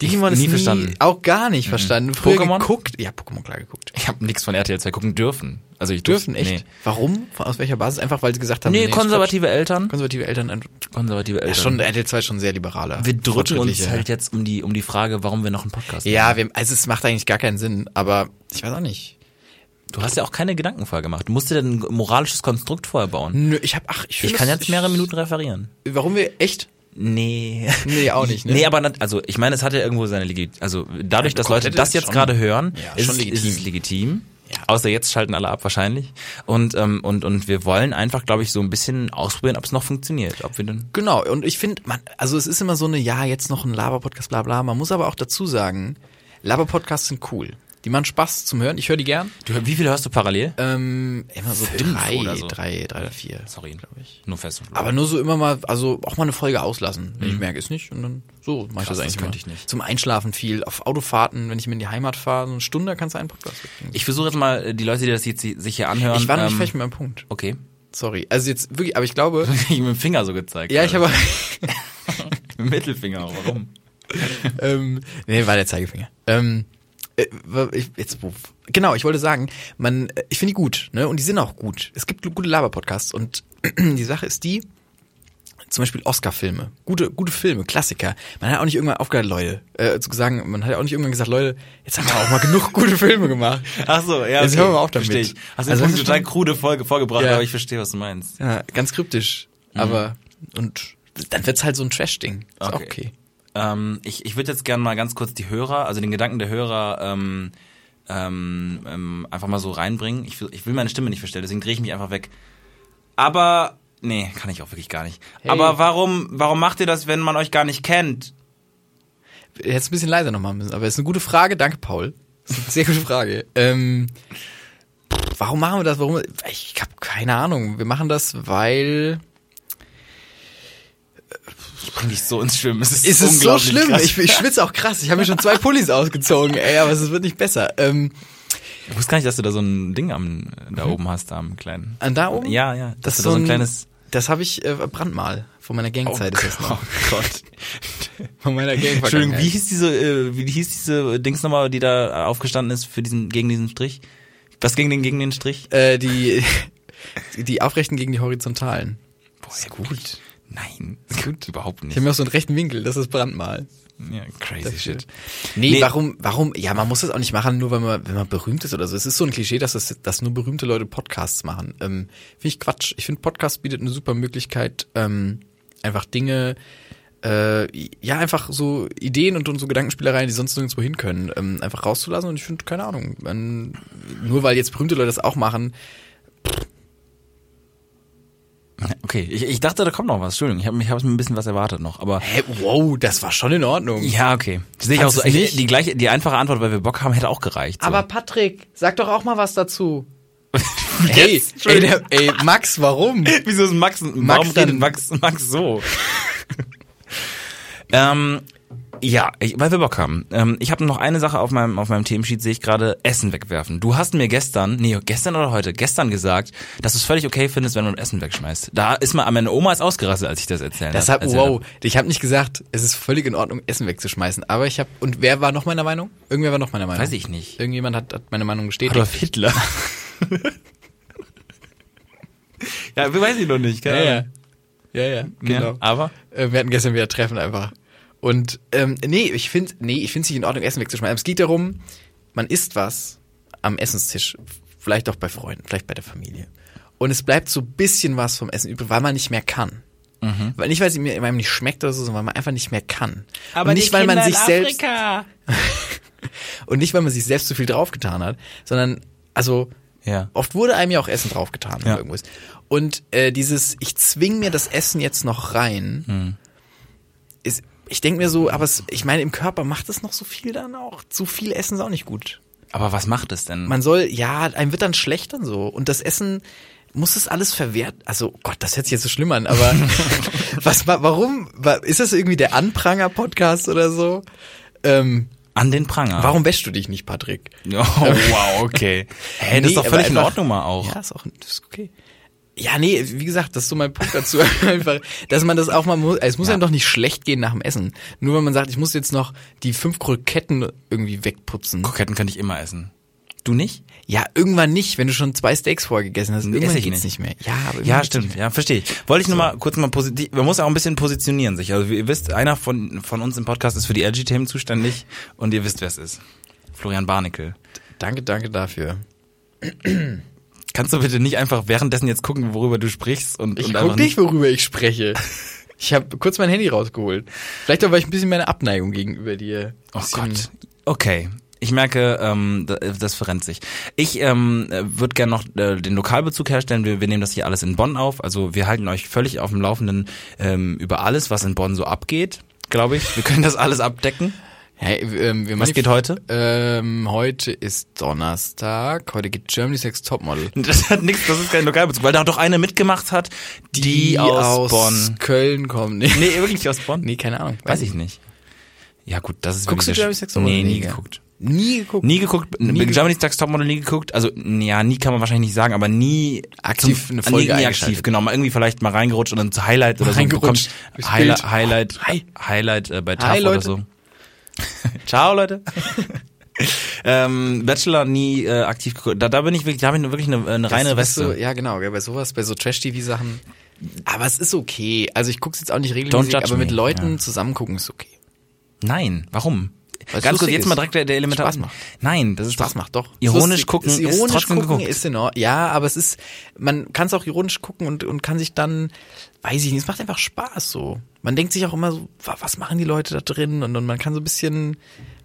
S3: Digimon
S2: nie
S3: ist nie
S2: verstanden.
S3: Auch gar nicht verstanden. Früher
S2: Pokémon?
S3: geguckt. Ja, Pokémon klar geguckt.
S2: Ich habe nichts von RTL 2 gucken dürfen. Also ich
S3: Dürfen
S2: durfte-
S3: echt. Warum? Von- Aus welcher Basis? Einfach weil sie gesagt haben,
S2: Nee, nee
S3: ist
S2: konservative Eltern.
S3: Quatsch. konservative Eltern. ein-
S2: Konservative Eltern.
S3: Ja, schon RTL 2 ist schon sehr liberaler.
S2: wir drücken uns
S3: fortschrittlicher.
S2: halt jetzt um die, um die Frage, warum wir noch einen Podcast
S3: Ja, wir, also es macht eigentlich gar keinen Sinn, aber ich weiß auch nicht.
S2: Du hast ja auch keine Gedanken vorher gemacht. Du musst dir dann ein moralisches Konstrukt vorher bauen.
S3: Nö, ich habe ach, ich,
S2: Ich
S3: find
S2: kann
S3: das-
S2: jetzt mehrere Minuten referieren.
S3: Ich, warum wir echt?
S2: Nee.
S3: Nee, auch nicht, ne?
S2: Nee, aber nat- also ich meine, es hat ja irgendwo seine Legit. Also dadurch, dass
S3: Gott,
S2: Leute
S3: hätte
S2: das
S3: es
S2: jetzt
S3: schon-
S2: gerade hören,
S3: Ja,
S2: ist,
S3: schon
S2: es- ist
S3: legitim.
S2: es legitim.
S3: Ja.
S2: Außer jetzt schalten alle ab wahrscheinlich. Und, ähm, und, und wir wollen einfach, glaube ich, so ein bisschen ausprobieren, ob es noch funktioniert. Ob wir dann
S3: Genau, und ich finde, man, also es ist immer so eine, ja, jetzt noch ein Laber-Podcast, bla bla. Man muss aber auch dazu sagen, Laber-Podcasts sind cool. Die machen Spaß zum Hören, ich höre die gern.
S2: du, wie viele hörst du parallel?
S3: Ähm, immer so
S2: Fünf
S3: drei,
S2: oder so.
S3: drei, drei oder vier.
S2: Sorry,
S3: glaube ich.
S2: Nur fest. und-
S3: Aber nur so immer mal, also auch mal eine Folge auslassen, wenn ich merke, ist nicht. Und dann so mache ich
S2: Mhm. Krass,
S3: das eigentlich.
S2: das könnte ich
S3: immer.
S2: nicht.
S3: Zum Einschlafen viel, auf Autofahrten, wenn ich mir in die Heimat fahre, so eine Stunde kannst du einen Podcast wegbringen.
S2: ich versuche jetzt mal äh, die Leute, die das jetzt si- sich hier anhören.
S3: Ich war noch nicht
S2: ähm,
S3: fertig mit meinem Punkt.
S2: Okay.
S3: Sorry. Also jetzt wirklich, aber ich glaube,
S2: ich hab mit dem Finger so gezeigt.
S3: ja, ich
S2: gerade.
S3: habe,
S2: Mit dem Mittelfinger. Warum?
S3: ähm, nee, war der Zeigefinger. Ähm, äh, ich, jetzt, wo- genau, ich wollte sagen, man, äh, ich finde die gut, ne? Und die sind auch gut. Es gibt gute Laber-Podcasts und die Sache ist die, zum Beispiel Oscar-Filme, gute, gute Filme, Klassiker. Man hat auch nicht irgendwann aufgehört, Leute, äh, zu sagen, man hat auch nicht irgendwann gesagt, Leute, jetzt haben wir auch mal genug gute Filme gemacht.
S2: Ach so, ja.
S3: Jetzt
S2: okay.
S3: hören wir auf damit.
S2: Verstehe ich. Hast du also
S3: Also das
S2: eine
S3: ist
S2: total
S3: schon-
S2: krude Folge vorgebracht,
S3: Ja.
S2: aber ich verstehe, was du meinst.
S3: Ja, ganz kryptisch, aber, und dann wird's halt so ein Trash-Ding. Ist auch okay.
S2: Ähm, ich ich würde jetzt gerne mal ganz kurz die Hörer, also den Gedanken der Hörer, ähm, ähm, ähm, einfach mal so reinbringen. Ich, will- ich will meine Stimme nicht verstellen, deswegen drehe ich mich einfach weg. Aber Nee, kann ich auch wirklich gar nicht. Aber warum, warum macht ihr das, wenn man euch gar nicht kennt?
S3: Jetzt ein bisschen leiser noch machen müssen, aber ist eine gute Frage. Danke, Paul. Das ist eine sehr gute Frage. Ähm, pff, warum machen wir das? Warum? Ich habe keine Ahnung. Wir machen das, weil.
S2: Ich bring dich so ins Schwimmen. Es ist,
S3: Es ist so
S2: unglaublich
S3: schlimm.
S2: krass.
S3: Ich, ich schwitze auch krass. Ich habe mir schon zwei Pullis ausgezogen, ey, aber es wird nicht besser. Ähm,
S2: Ich wusste gar nicht, dass du da so ein Ding am, da oben hast, da am kleinen.
S3: an da oben?
S2: Ja, ja. Dass
S3: Mhm. Das
S2: du
S3: ist
S2: da so ein kleines.
S3: Das habe ich äh, Brandmal von meiner Gangzeit ist das
S2: oh
S3: noch.
S2: Gott.
S3: Von meiner Gang.
S2: Entschuldigung, wie hieß diese, äh, wie hieß diese Dings nochmal, die da aufgestanden ist für diesen, gegen diesen Strich? Was gegen den, gegen den Strich?
S3: Äh, die, die aufrechten gegen die horizontalen.
S2: Boah, ist gut. Nein, ist gut. Überhaupt
S3: Ich
S2: nicht.
S3: habe mir auch so einen rechten Winkel, das ist Brandmal.
S2: Ja, crazy
S3: Dafür.
S2: shit.
S3: Nee,
S2: Nee.
S3: warum, warum, ja, man muss das auch nicht machen, nur weil man, wenn man berühmt ist oder so. Es ist so ein Klischee, dass, das, dass nur berühmte Leute Podcasts machen. Ähm, finde ich Quatsch. Ich finde, Podcast bietet eine super Möglichkeit, ähm, einfach Dinge, äh, ja, einfach so Ideen und, und so Gedankenspielereien, die sonst nirgendwo hin können, ähm, einfach rauszulassen. Und ich finde, keine Ahnung, man, nur weil jetzt berühmte Leute das auch machen,
S2: Okay, ich, ich dachte, da kommt noch was. Entschuldigung, ich habe ich hab ein bisschen was erwartet noch, aber.
S3: hä, wow, das war schon in Ordnung.
S2: Ja, okay. Sehe ich auch
S3: Fandst
S2: so.
S3: du's
S2: Ich,
S3: nicht?
S2: die gleiche, die einfache Antwort, weil wir Bock haben, hätte auch gereicht. So.
S3: Patrick, sag doch auch mal was dazu. Hey, ey, der, ey, Max, warum?
S2: Wieso ist Max, warum
S3: dann-
S2: redet Max, Max so? ähm, ja, ich, weil wir Bock haben. Ähm, ich habe noch eine Sache auf meinem, auf meinem Themensheet, sehe ich gerade, Essen wegwerfen. Du hast mir gestern, nee, gestern oder heute, gestern gesagt, dass du es völlig okay findest, wenn man Essen wegschmeißt. Da ist mal, meine Oma ist ausgerastet, als ich das erzählt
S3: Das
S2: hab,
S3: hab,
S2: erzählt
S3: wow,
S2: hab.
S3: ich habe nicht gesagt, es ist völlig in Ordnung, Essen wegzuschmeißen. Aber ich habe, und wer war noch meiner Meinung? Irgendwer war noch meiner Meinung.
S2: Weiß ich nicht.
S3: Irgendjemand hat, hat meine Meinung bestätigt.
S2: Adolf Hitler. ja, weiß ich noch nicht,
S3: ja,
S2: keine
S3: ja.
S2: Ahnung.
S3: ja, ja, genau.
S2: Ja, aber
S3: Äh, Wir hatten gestern wieder Treffen einfach. Und ähm, nee, ich finde nee, ich find's nicht in Ordnung, Essen wegzuschmeißen. Es geht darum, man isst was am Essenstisch, vielleicht auch bei Freunden, vielleicht bei der Familie. Und es bleibt so ein bisschen was vom Essen übrig, weil man nicht mehr kann. Weil nicht, weil es mir- weil einem nicht schmeckt oder so, sondern weil man einfach nicht mehr kann. Und nicht, weil man sich selbst. Und nicht, weil man sich selbst zu viel draufgetan hat, sondern, also,
S2: Ja.
S3: oft wurde einem ja auch Essen draufgetan, wenn
S2: Ja.
S3: man irgendwo ist. Und äh, dieses, ich zwing mir das Essen jetzt noch rein,
S2: Mhm.
S3: ist, ich denke mir so, aber es, ich meine, im Körper macht es noch so viel dann auch. Zu viel Essen ist auch nicht gut.
S2: Aber was macht es denn?
S3: Man soll, ja, einem wird dann schlecht dann so. Und das Essen muss das alles verwehrt. Also oh Gott, das hört sich jetzt so schlimm an, aber was, wa- warum? Wa- Ist das irgendwie der Anpranger-Podcast oder so? Ähm,
S2: An den Pranger.
S3: warum wäschst du dich nicht, Patrick?
S2: Ah.
S3: Ähm,
S2: Oh, wow, okay. Hä, das ist
S3: Nee,
S2: doch
S3: aber
S2: völlig in
S3: einfach-
S2: Ordnung mal auch.
S3: Ja, ist auch das ist okay. Ja, nee, wie gesagt, das ist so mein Punkt dazu. einfach, dass man das auch mal muss. Es muss
S2: Ja.
S3: einem doch nicht schlecht gehen nach dem Essen. Nur wenn man sagt, ich muss jetzt noch die fünf Kroketten irgendwie wegputzen.
S2: Kroketten kann ich immer essen. Du nicht?
S3: Ja, irgendwann nicht, wenn du schon zwei Steaks vorher gegessen hast. Irgendwann
S2: esse ich
S3: geht's nicht. mehr. Ja, aber irgendwann
S2: Ja,
S3: geht's
S2: stimmt. Ja, verstehe ich. Wollte ich nur mal kurz mal positiv. Man muss auch ein bisschen positionieren sich. Also ihr wisst, einer von, von uns im Podcast ist für die LG-Themen zuständig und ihr wisst, wer es ist. Florian Barnickel.
S3: nicht. Danke, danke dafür.
S2: Kannst du bitte nicht einfach währenddessen jetzt gucken, worüber du sprichst und,
S3: Ich
S2: und
S3: guck
S2: einfach
S3: nicht, worüber ich spreche. Ich habe kurz mein Handy rausgeholt. Vielleicht auch, weil ich ein bisschen meine Abneigung gegenüber dir.
S2: Oh
S3: bisschen-
S2: Gott. Okay. Ich merke, ähm, da- das verrennt sich. Ich ähm, würde gerne noch äh, den Lokalbezug herstellen. Wir, wir nehmen das hier alles in Bonn auf. Also wir halten euch völlig auf dem Laufenden ähm, über alles, was in Bonn so abgeht, glaube ich. Wir können das alles abdecken.
S3: Hey, ähm, wir
S2: Was
S3: manif-
S2: geht heute?
S3: Ähm, heute ist Donnerstag. Heute geht Germany's Next Topmodel.
S2: Das hat nichts, das ist kein Lokalbezug, weil da doch eine mitgemacht hat, die, aus, Bonn.
S3: Köln kommen. Nee.
S2: Nee, wirklich aus Bonn?
S3: nee, keine Ahnung.
S2: Weiß ich nicht. Ja gut, das ist
S3: Guckst du
S2: wirklich der
S3: Germany's
S2: Sch-
S3: Next Topmodel?
S2: Nee, nie
S3: gell?
S2: geguckt.
S3: Nie geguckt.
S2: Nie geguckt,
S3: Nie ge-
S2: Germany's Next Topmodel nie geguckt, also n- ja, nie kann man wahrscheinlich nicht sagen, aber nie
S3: Aktiv eine Folge
S2: nie, nie aktiv,
S3: eingeschaltet.
S2: genau, mal irgendwie vielleicht mal reingerutscht und dann zu Highlight oder so
S3: Reingerutscht.
S2: bekommt
S3: Durchs
S2: Highlight
S3: Bild.
S2: Highlight
S3: Hi.
S2: Highlight äh, bei
S3: Hi,
S2: TAF oder
S3: Leute.
S2: so. Ciao Leute. ähm, Bachelor nie äh, aktiv geguckt. Da, da bin ich wirklich, da habe ich wirklich eine, eine
S3: Das
S2: reine
S3: ist So,
S2: Weste.
S3: ja, genau. Gell, bei sowas, bei so Trash-TV-Sachen. Aber es ist okay. Also ich guck's jetzt auch nicht
S2: Don't
S3: regelmäßig,
S2: judge
S3: aber mit
S2: me,
S3: Leuten
S2: ja.
S3: zusammen gucken ist okay.
S2: Nein, warum?
S3: Weil's
S2: Ganz
S3: lustig
S2: kurz jetzt
S3: ist.
S2: mal direkt der, der Elementar.
S3: Spaß macht.
S2: Nein, das ist
S3: Spaß
S2: doch-
S3: macht doch.
S2: Ironisch
S3: Ist lustig.
S2: gucken ist,
S3: ironisch
S2: trotzdem
S3: gucken
S2: geguckt.
S3: ist in Ordnung. Ja, aber es ist, man kann es auch ironisch gucken und, und kann sich dann, weiß ich nicht, es macht einfach Spaß so. Man denkt sich auch immer so, wa- was machen die Leute da drin? Und, und man kann so ein bisschen,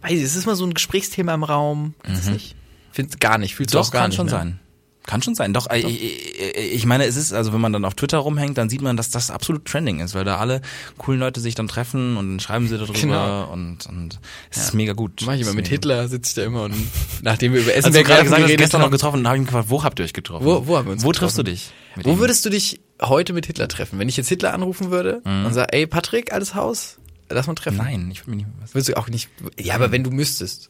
S3: weiß ich, es ist immer so ein Gesprächsthema im Raum. Kannst du es nicht? Find's gar nicht, fühlst du
S2: Mhm. Doch,
S3: auch gar
S2: kann
S3: nicht.
S2: schon
S3: ne?
S2: sein. Kann schon sein. Doch, äh, Ich, ich, ich meine, es ist, also wenn man dann auf Twitter rumhängt, dann sieht man, dass das absolut trending ist, weil da alle coolen Leute sich dann treffen und dann schreiben sie darüber
S3: Genau.
S2: und, und es ist mega gut.
S3: Mach ich
S2: Es
S3: immer
S2: ist
S3: mit
S2: mega gut.
S3: Hitler, sitze ich da immer und nachdem wir über Essen
S2: Als wir gerade
S3: Werkreisen
S2: gesagt hast,
S3: geredet
S2: gestern noch
S3: haben-
S2: getroffen, dann habe ich mich gefragt, wo habt ihr euch getroffen?
S3: Wo- wo haben wir uns
S2: Wo
S3: getroffen?
S2: triffst du dich? mit ihm?
S3: Wo würdest du dich heute mit Hitler treffen? Wenn ich jetzt Hitler anrufen würde und sage, ey Patrick, alles Haus, lass mal treffen.
S2: Mhm. Nein, ich will mich nicht.
S3: Würdest du auch nicht. Ja, aber wenn du müsstest.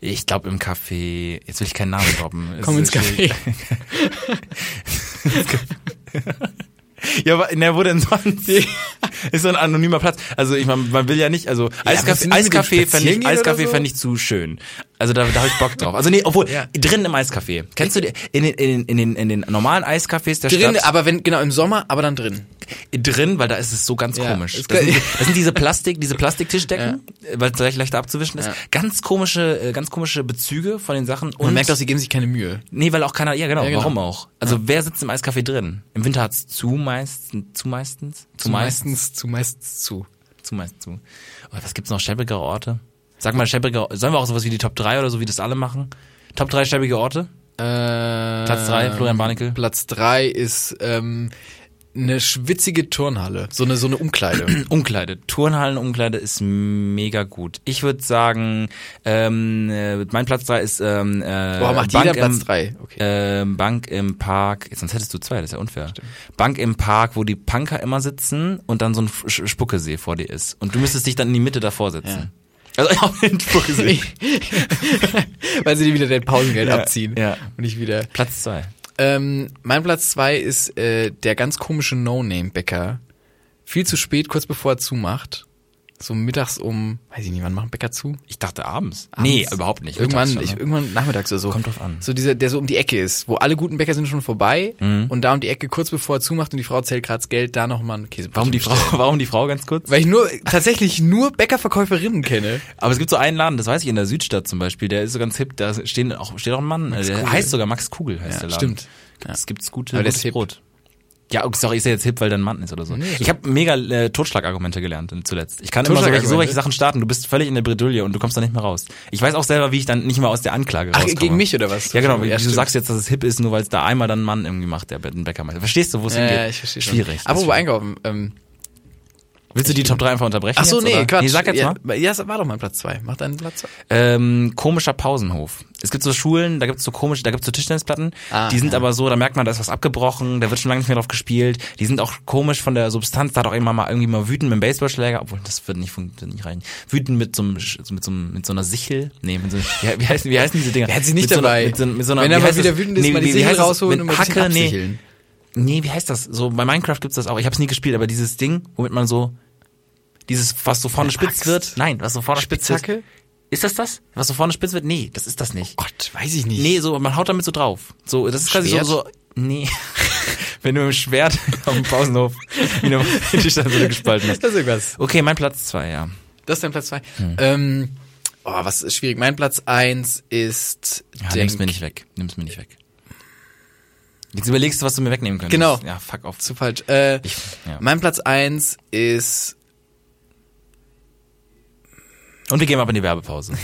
S2: Ich glaube im Café. Jetzt will ich keinen Namen droppen. Es
S3: Komm ins
S2: ist
S3: Café.
S2: schwierig. Ja, aber na, wo denn sonst? ist so ein anonymer Platz. Also ich meine, man will ja nicht, also
S3: was
S2: Eiskaffee,
S3: sind wir mit dem
S2: Eiskaffee fände
S3: Spazierengehen
S2: ich,
S3: oder
S2: Eiskaffee
S3: so?
S2: fänd ich zu schön. Also da, da habe ich Bock drauf. Also nee, obwohl,
S3: Ja.
S2: drin im Eiskaffee. Kennst du die, in, den- in, den- in, den, in den normalen Eiscafés der
S3: Drin,
S2: Stadt?
S3: aber wenn, genau, im Sommer, aber dann drin.
S2: drin, weil da ist es so ganz
S3: Ja,
S2: komisch.
S3: ist
S2: Das sind,
S3: geil.
S2: das sind diese Plastik, diese Plastiktischdecken, weil es vielleicht leichter abzuwischen ist.
S3: Ja.
S2: Ganz komische, äh, ganz komische Bezüge von den Sachen. Und
S3: Man merkt auch, sie geben sich keine Mühe.
S2: Nee, weil auch keiner, ja genau,
S3: Ja, genau.
S2: warum auch? Also wer sitzt im Eiscafé drin? Im Winter hat's zu meistens, zu meistens, zu, meistens,
S3: zu meistens zu.
S2: zu meistens zu. Oh, was gibt's noch schäbigere Orte? Sag mal schäbige, sollen wir auch sowas wie die Top 3 oder so, wie das alle machen? Top 3 schäbige Orte?
S3: Äh,
S2: Platz 3, Florian Barnickel.
S3: Platz 3 ist ähm, eine schwitzige Turnhalle. So eine, so eine
S2: Äh,
S3: Umkleide.
S2: Umkleide. Turnhallenumkleide ist mega gut. Ich würde sagen, ähm, äh, mein Platz 3 ist ähm, äh,
S3: Boah, macht
S2: Bank
S3: jeder Platz
S2: im-
S3: 3. Okay.
S2: Ähm, Bank im Park, jetzt, sonst hättest du zwei, das ist ja unfair. Bank im Park, wo die Punker immer sitzen und dann so ein F- Sch- Spuckesee vor dir ist. Und du müsstest dich dann in die Mitte davor setzen. Also auf den Spuckesee.
S3: Weil sie dir wieder dein Pausengeld
S2: Ja,
S3: abziehen.
S2: ja.
S3: Und ich wieder.
S2: Platz zwei.
S3: Ähm, mein Platz zwei ist äh, der ganz komische No-Name-Bäcker. Viel zu spät, kurz bevor er zumacht. So mittags um, weiß ich nicht, wann macht ein Bäcker zu?
S2: Ich dachte abends.
S3: Abends?
S2: Nee, überhaupt nicht.
S3: Irgendwann,
S2: Mittags
S3: ich,
S2: schon, ne?
S3: irgendwann nachmittags oder so.
S2: Kommt drauf an.
S3: So dieser, der so um die Ecke ist, wo alle guten Bäcker sind schon vorbei
S2: Mhm.
S3: und da um die Ecke, kurz bevor er zumacht und die Frau zählt grad das Geld, da nochmal ein Käse.
S2: warum die Frau, warum die Frau ganz kurz?
S3: Weil ich nur, tatsächlich nur Bäckerverkäuferinnen kenne.
S2: Aber es gibt so einen Laden, das weiß ich, in der Südstadt zum Beispiel, der ist so ganz hip, da stehen auch, steht auch ein Mann, äh, der
S3: Kugel.
S2: heißt sogar Max Kugel, heißt
S3: Ja,
S2: der Laden.
S3: stimmt.
S2: Gibt's,
S3: Ja.
S2: gibt's gute,
S3: Aber der
S2: gutes
S3: ist hip.
S2: Brot. Ja, oh, sorry, ist ja jetzt hip, weil dein Mann ist oder so. ich habe mega äh, Totschlagargumente gelernt in- zuletzt. Ich kann immer so welche, so
S3: Totschlagargumente?
S2: welche Sachen starten. Du bist völlig in der Bredouille und du kommst da nicht mehr raus. Ich weiß auch selber, wie ich dann nicht mal aus der Anklage
S3: Ach,
S2: rauskomme.
S3: gegen mich oder was?
S2: Ja, genau.
S3: Ja,
S2: du
S3: stimmt.
S2: sagst jetzt, dass es hip ist, nur weil es da einmal dann ein Mann irgendwie macht, der den Bäcker macht. Verstehst du, wo es hingeht?
S3: Ja, ich verstehe schon.
S2: Schwierig.
S3: Aber
S2: Das
S3: wo
S2: ist
S3: einkaufen? Ähm,
S2: Willst du die Top 3 einfach unterbrechen?
S3: ach so,
S2: jetzt,
S3: nee,
S2: oder?
S3: Quatsch.
S2: Nee, sag jetzt
S3: ja,
S2: mal.
S3: Ja, das war doch mein Platz zwei. Mach deinen Platz zwei.
S2: Ähm, komischer Pausenhof. Es gibt so Schulen, da gibt's so komische, da gibt's so Tischtennisplatten,
S3: Ah,
S2: die sind
S3: ja.
S2: aber so, da merkt man, da ist was abgebrochen, da wird schon lange nicht mehr drauf gespielt, die sind auch komisch von der Substanz, da hat auch irgendwann mal irgendwie mal wütend mit dem Baseballschläger, obwohl das wird nicht, fun- wird nicht rein. Wütend mit so einem, Sch- so mit so, einem- mit so einer Sichel, nee, mit so, wie, wie, heißen, wie heißen diese Dinger?
S3: Er hat sie nicht
S2: mit so einer-
S3: dabei.
S2: mit so, mit so einer,
S3: Wenn
S2: wie
S3: er mal
S2: heißt
S3: wieder
S2: das?
S3: wütend ist, mal die
S2: wie- wie
S3: Segel
S2: heißt das?
S3: rausholen
S2: Mit
S3: und mal ein bisschen
S2: Hacke, nee,
S3: absicheln.
S2: nee, wie heißt das? So, bei Minecraft gibt's das auch, ich hab's nie gespielt, aber dieses Ding, womit man so, dieses, was so vorne
S3: Eine
S2: spitz
S3: Axt?
S2: wird, nein, was so vorne spitz wird.
S3: Spitzhacke? Oh
S2: Ist das das? Was so vorne spitz wird? Nee, das ist das nicht.
S3: Gott, weiß ich nicht.
S2: Nee, so, man haut damit so drauf. So, das ist quasi so,
S3: Schwert?
S2: so, nee. Wenn du mit dem Schwert auf dem Pausenhof wieder dich dann so gespalten hast.
S3: Das ist irgendwas.
S2: Okay, mein Platz zwei, ja.
S3: Das ist dein Platz zwei.
S2: Hm.
S3: Ähm, oh, was ist schwierig. Mein Platz eins ist.
S2: ja
S3: denk-
S2: nimm's mir nicht weg. Nimm's mir nicht weg. Jetzt überlegst du, was du mir wegnehmen könntest.
S3: Genau.
S2: Ja, fuck auf.
S3: Zu falsch. Äh,
S2: Ich- ja.
S3: Mein Platz eins ist.
S2: Und wir gehen ab in die Werbepause.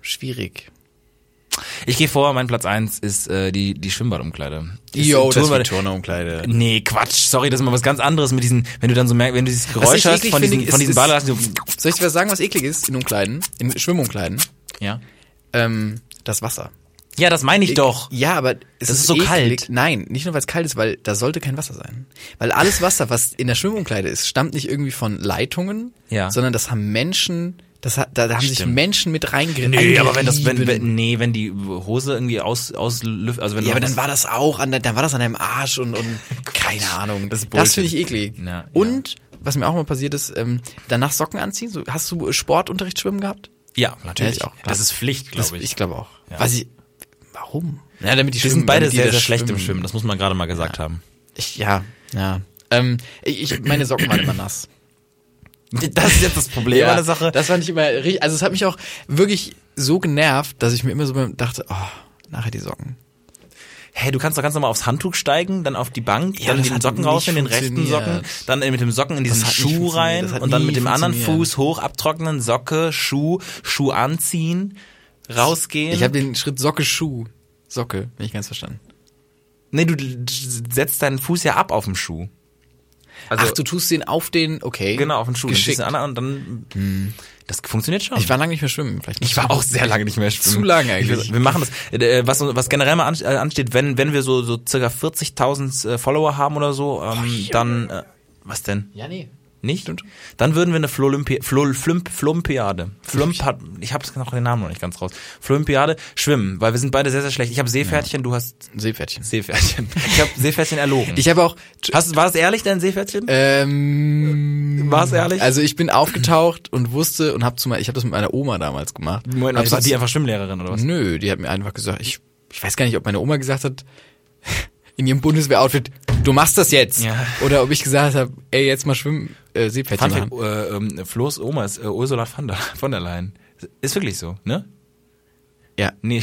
S3: Schwierig.
S2: Ich gehe vor, mein Platz eins ist äh, die, die Schwimmbadumkleide. Ist-
S3: Yo, das ist
S2: Turnbad-
S3: die Turnumkleide.
S2: Nee, Quatsch, sorry, das ist mal was ganz anderes mit diesen, wenn du dann so merkst, wenn du dieses Geräusch
S3: ich
S2: hast
S3: eklig
S2: von
S3: finde,
S2: diesen, von
S3: ist-
S2: diesen
S3: ist-
S2: Ballern,
S3: Soll ich dir was sagen, was eklig ist in Umkleiden? In Schwimmumkleiden?
S2: ja.
S3: Ähm, das Wasser.
S2: Ja, das meine ich doch.
S3: Ja, aber es
S2: ist so kalt.
S3: Nein, nicht nur weil es kalt ist, weil da sollte kein Wasser sein. Weil alles Wasser, was in der Schwimmumkleide ist, stammt nicht irgendwie von Leitungen,
S2: Ja.
S3: sondern das haben Menschen, das hat, da, da haben sich
S2: Stimmt.
S3: Menschen mit reingerieben.
S2: Nee, aber wenn das, wenn, wenn, nee, wenn die Hose irgendwie aus, auslüft, also wenn
S3: ja,
S2: du
S3: aber dann war das auch an, de- dann war das an deinem Arsch und, und keine Ahnung. Das,
S2: ist
S3: Oh das finde ich
S2: Bullshit.
S3: eklig.
S2: Ja, ja.
S3: und was mir auch mal passiert ist, ähm, danach Socken anziehen. So, hast du Sportunterricht schwimmen gehabt?
S2: ja, natürlich.
S3: Ja, ich auch.
S2: das ist Pflicht,
S3: Das-
S2: glaube ich.
S3: Ich glaube auch.
S2: Ja.
S3: Was ich, warum? Ja, damit die
S2: Wir sind beide sehr, sehr schlecht im
S3: Schwimmen.
S2: Schwimmen, das muss man gerade mal gesagt haben.
S3: Ich, ja, ja. Ähm, ich, ich, meine Socken waren immer nass.
S2: Das ist jetzt das Problem
S3: ja,
S2: an der Sache.
S3: Das fand ich immer richtig, also es hat mich auch wirklich so genervt, dass ich mir immer so beim- dachte, oh, nachher die Socken.
S2: Hey, du kannst doch ganz normal aufs Handtuch steigen, dann auf die Bank,
S3: Ja,
S2: dann
S3: das
S2: den
S3: hat
S2: Socken
S3: nicht
S2: rausnehmen, den rechten Socken,
S3: funktioniert.
S2: dann mit dem Socken in diesen
S3: hat nicht
S2: Schuh
S3: funktioniert.
S2: rein
S3: Das hat
S2: und dann
S3: nie
S2: mit dem anderen
S3: funktioniert.
S2: Fuß hoch abtrocknen, Socke, Schuh, Schuh anziehen. rausgehen.
S3: Ich habe den Schritt Socke Schuh. Socke, nicht ganz verstanden.
S2: nee, du d- setzt deinen Fuß ja ab auf dem Schuh. Also,
S3: Ach, du tust den auf den, okay.
S2: genau, auf den Schuh. Dann ziehst
S3: Geschickt.
S2: du ihn an und dann, das funktioniert schon.
S3: Ich war lange nicht mehr schwimmen. Vielleicht
S2: Hm. Ich war auch sehr lange nicht mehr schwimmen.
S3: Zu lange eigentlich.
S2: Ich will- Wir machen das. äh, Was, was generell mal an- äh, ansteht, wenn, wenn wir so, so circa 40.000 äh, Follower haben oder so, ähm, dann, äh, was denn?
S3: Ja, nee.
S2: Nicht? Dann würden wir eine Flolympi Flo Flump Flumpiade. Flump ich habe noch den Namen noch nicht ganz raus. Flumpiade schwimmen, weil wir sind beide sehr, sehr schlecht. Ich habe Seepferdchen, du hast
S3: Seepferdchen.
S2: Seepferdchen. Ich habe Seepferdchen erlogen.
S3: Ich habe auch,
S2: hast, war es ehrlich, dein Seepferdchen?
S3: ähm,
S2: War es ehrlich?
S3: also ich bin aufgetaucht und wusste und habe zu meiner, ich habe das mit meiner Oma damals gemacht.
S2: Moment,
S3: Hab
S2: war Also, die
S3: so-
S2: einfach Schwimmlehrerin oder was?
S3: Nö, die hat mir einfach gesagt, ich, ich weiß gar nicht, ob meine Oma gesagt hat, in ihrem Bundeswehr-Outfit, du machst das jetzt.
S2: Ja.
S3: Oder ob ich gesagt habe, ey, jetzt mal schwimmen, äh, Seepferdchen
S2: Fun
S3: machen.
S2: Fact, äh, ähm, Flo's Oma ist äh, Ursula von der, von der Leyen. Ist wirklich so, ne?
S3: Ja,
S2: Nee.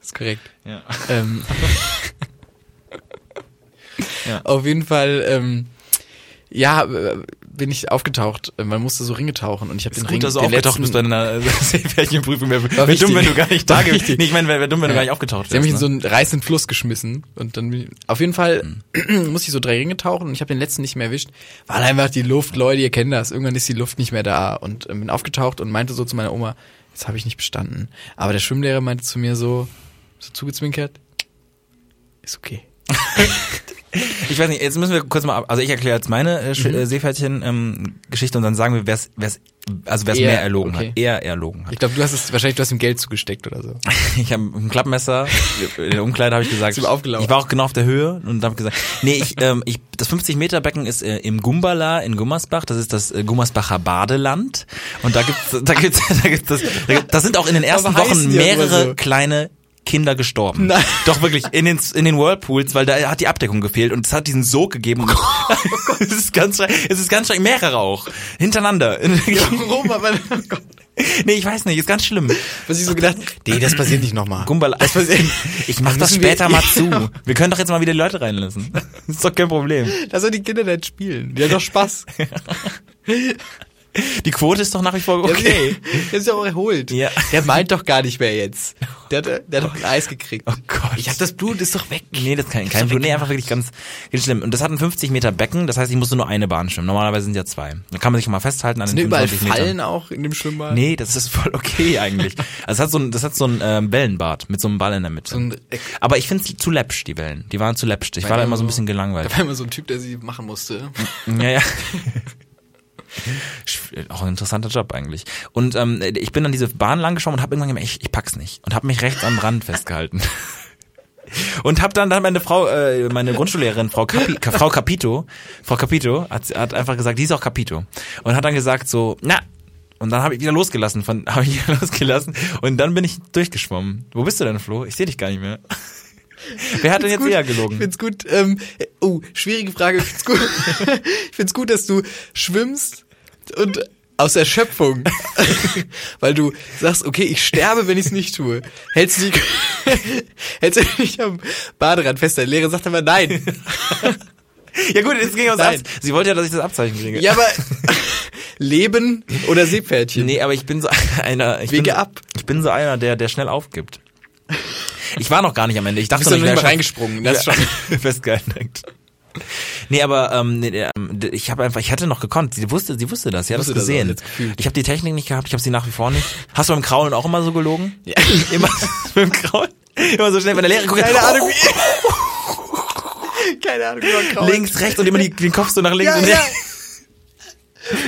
S3: ist korrekt.
S2: Ja.
S3: Ähm,
S2: Ja.
S3: Auf jeden Fall, ähm, ja, äh, bin ich aufgetaucht. Äh, Man musste so Ringe tauchen und ich habe den
S2: Ist
S3: Ring
S2: gut, dass du
S3: den
S2: aufgetaucht
S3: letzten-
S2: bist bei einer Seepferdchenprüfung. Wäre wär
S3: wichtig.
S2: dumm, wenn du gar nicht da
S3: War
S2: gewesen
S3: wichtig.
S2: Nee, ich meine, wäre wär dumm, wenn du
S3: Ja.
S2: gar nicht aufgetaucht
S3: Sie haben
S2: wärst.
S3: mich in
S2: ne?
S3: so einen reißenden Fluss geschmissen und dann bin ich, auf jeden Fall
S2: Mhm.
S3: musste ich so drei Ringe tauchen und ich habe den letzten nicht mehr erwischt, weil einfach die Luft, Leute, ihr kennt das, irgendwann ist die Luft nicht mehr da und ähm, bin aufgetaucht und meinte so zu meiner Oma, jetzt habe ich nicht bestanden. Aber der Schwimmlehrer meinte zu mir so, so zugezwinkert, ist okay.
S2: Ich weiß nicht, jetzt müssen wir kurz mal ab. Also ich erkläre jetzt meine äh, Sch- äh, Seepferdchen-Geschichte und dann sagen wir, wer es, wer's, also wer's
S3: Eher,
S2: mehr erlogen
S3: okay.
S2: hat. Eher erlogen hat.
S3: Ich glaube, du hast es, wahrscheinlich du hast ihm Geld zugesteckt oder so.
S2: Ich habe ein Klappmesser, in der Umkleide habe ich gesagt,
S3: Ist ihm aufgelaufen.
S2: ich war auch genau auf der Höhe und habe gesagt, nee, ich, ähm, ich, das 50 Meter Becken ist äh, im Gumbala in Gummersbach, das ist das äh, Gummersbacher Badeland und da gibt's, da gibt's, da gibt's das, da, gibt- da sind auch in den ersten
S3: Aber heißen
S2: Wochen
S3: die auch immer
S2: mehrere
S3: so?
S2: kleine Kinder gestorben.
S3: Nein.
S2: Doch wirklich in den in den Whirlpools, weil da hat die Abdeckung gefehlt und es hat diesen Sog gegeben.
S3: Oh
S2: es ist ganz schreck- es ist ganz schreck- mehrere auch hintereinander.
S3: Warum? Aber, Oh
S2: nee, ich weiß nicht, ist ganz schlimm.
S3: was ich so gedacht, nee, das passiert nicht nochmal.
S2: Gumbala. ich mach
S3: Dann
S2: das
S3: müssen wir-
S2: später mal zu. Wir können doch jetzt mal wieder die Leute reinlassen. ist doch kein Problem.
S3: Lass doch die Kinder dann spielen. Die haben doch Spaß.
S2: Die Quote ist doch nach wie vor okay.
S3: Okay. Der ist ja auch erholt.
S2: Ja.
S3: Der meint doch gar nicht mehr jetzt. Der hat, der hat doch ein Eis gekriegt.
S2: Oh Gott.
S3: Ich hab das Blut, ist doch weg.
S2: Nee, das kann kein Blut. Nee, einfach wirklich ganz, ganz schlimm. Und das hat ein 50 Meter Becken, das heißt, ich musste nur eine Bahn schwimmen. Normalerweise sind ja zwei. Da kann man sich mal festhalten an
S3: Sind
S2: den
S3: überall
S2: 25 Metern.
S3: Fallen auch in dem Schwimmbad?
S2: Nee, das ist voll okay eigentlich. Also es hat so ein, das hat so ein ähm, Wellenbad mit so einem Ball in der Mitte.
S3: So ein-
S2: Aber ich finde es zu läppsch, die Wellen. Die waren zu läppsch. Ich war da immer so ein bisschen gelangweilt.
S3: Da war immer so ein Typ, der sie machen musste.
S2: Ja, ja. Sch- äh, Auch ein interessanter Job eigentlich. Und ähm, ich bin an diese Bahn lang geschwommen und habe irgendwann gemerkt, ich, ich pack's nicht. Und habe mich rechts am Rand festgehalten. Und habe dann, dann meine Frau, äh, meine Grundschullehrerin, Frau, Capi, Ka- Frau Capito, Frau Capito hat, hat einfach gesagt, die ist auch Capito. Und hat dann gesagt so, na, und dann habe ich wieder losgelassen, von habe ich wieder losgelassen und dann bin ich durchgeschwommen. Wo bist du denn, Flo? Ich sehe dich gar nicht mehr. Wer hat denn jetzt
S3: Gut,
S2: eher
S3: Ich
S2: gelogen?
S3: find's gut. Ähm, oh, schwierige Frage. Ich find's gut, ich find's gut dass du schwimmst und aus Erschöpfung, weil du sagst, okay, ich sterbe, wenn ich es nicht tue. Hältst du dich, hältst du dich am Baderand fest? Dein Lehrer sagt aber nein.
S2: Ja gut, jetzt ging uns
S3: Nein.
S2: ab. Sie wollte ja, dass ich das Abzeichen kriege.
S3: Ja, aber Leben oder Seepferdchen?
S2: Nee, aber ich bin so einer. Ich
S3: Wege
S2: bin, so-
S3: ab.
S2: Ich bin so einer, der, der schnell aufgibt. Ich war noch gar nicht am Ende. Ich dachte
S3: Bist du
S2: noch
S3: noch nicht
S2: ich
S3: mal
S2: wär
S3: reingesprungen? ne? Das ist schon.
S2: schon festgehalten. Nee, aber ähm, nee, nee, ähm, d- ich habe einfach, ich hätte noch gekonnt. Sie wusste, sie wusste das, sie hat das
S3: Wusste das,
S2: gesehen.
S3: hat jetzt gefühlt.
S2: ich habe die Technik nicht gehabt, ich habe sie nach wie vor nicht. Hast du beim Kraulen auch immer so gelogen? Ja. Immer beim Kraulen? Immer so schnell, wenn der Lehrer guckt.
S3: Keine
S2: oh,
S3: Ahnung, wie. Keine Ahnung, wie man
S2: oh,
S3: kraut.
S2: links, rechts und immer die, den Kopf so nach links
S3: Ja,
S2: und
S3: ja.